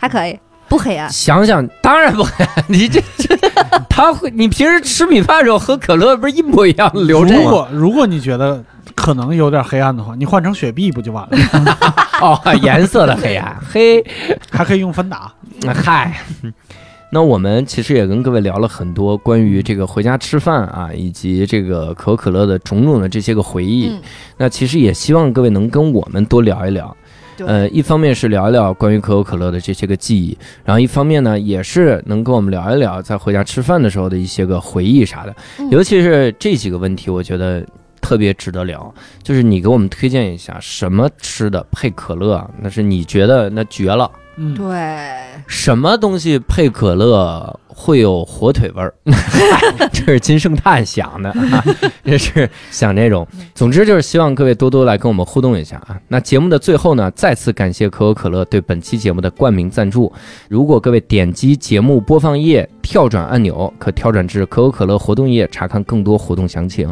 还可以，不黑暗。
想想，当然不 敢，你这这，他会，你平时吃米饭的时候喝可乐，不是一模一样的流程
如
吗？
果如果你觉得可能有点黑暗的话，你换成雪碧不就完了？
哦，颜色的黑暗，黑，
还可以用芬达。
嗯
嗨。那我们其实也跟各位聊了很多关于这个回家吃饭啊，以及这个可口可乐的种种的这些个回忆。
嗯，
那其实也希望各位能跟我们多聊一聊。
对
呃，一方面是聊一聊关于可口可乐的这些个记忆，然后一方面呢，也是能跟我们聊一聊在回家吃饭的时候的一些个回忆啥的。
嗯
尤其是这几个问题，我觉得特别值得聊。就是你给我们推荐一下什么吃的配可乐啊，那是你觉得那绝了。
嗯，
对，
什么东西配可乐会有火腿味儿？ 这是金圣叹想的 啊，这是想这种。总之就是希望各位多多来跟我们互动一下啊。那节目的最后呢，再次感谢可口可乐对本期节目的冠名赞助。如果各位点击节目播放页跳转按钮，可跳转至可口可乐活动页查看更多活动详情。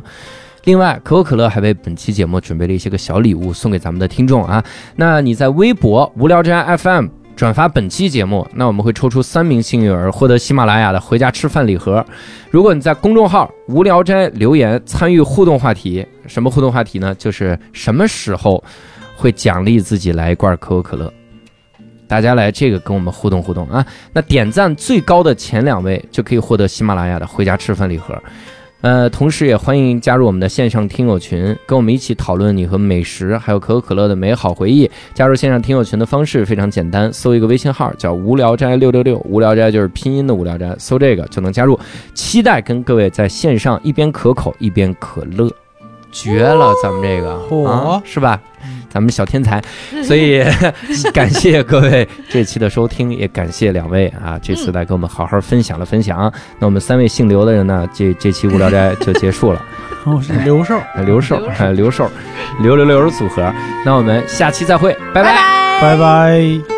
另外，可口可乐还为本期节目准备了一些个小礼物送给咱们的听众啊。那你在微博无聊之 FM 转发本期节目，那我们会抽出三名幸运儿，获得喜马拉雅的“回家吃饭”礼盒。如果你在公众号“无聊斋”留言参与互动话题，什么互动话题呢？就是什么时候会奖励自己来一罐可口可乐。大家来这个跟我们互动互动啊！那点赞最高的前两位就可以获得喜马拉雅的“回家吃饭”礼盒。呃，同时也欢迎加入我们的线上听友群，跟我们一起讨论你和美食还有可口可乐的美好回忆。加入线上听友群的方式非常简单，搜一个微信号叫“无聊斋六六六”，无聊斋就是拼音的无聊斋，搜这个就能加入。期待跟各位在线上一边可口一边可乐，绝了！咱们这个、
嚯
啊，是吧？咱们小天才，所 以感谢各位这期的收听，也感谢两位啊，这次来跟我们好好分享了分享。那我们三位姓刘的人呢，这这期无聊斋就结束了。
哦，是刘寿，
刘 寿，刘寿，刘刘刘组合。那我们下期再会，拜
拜
拜
拜
拜
拜。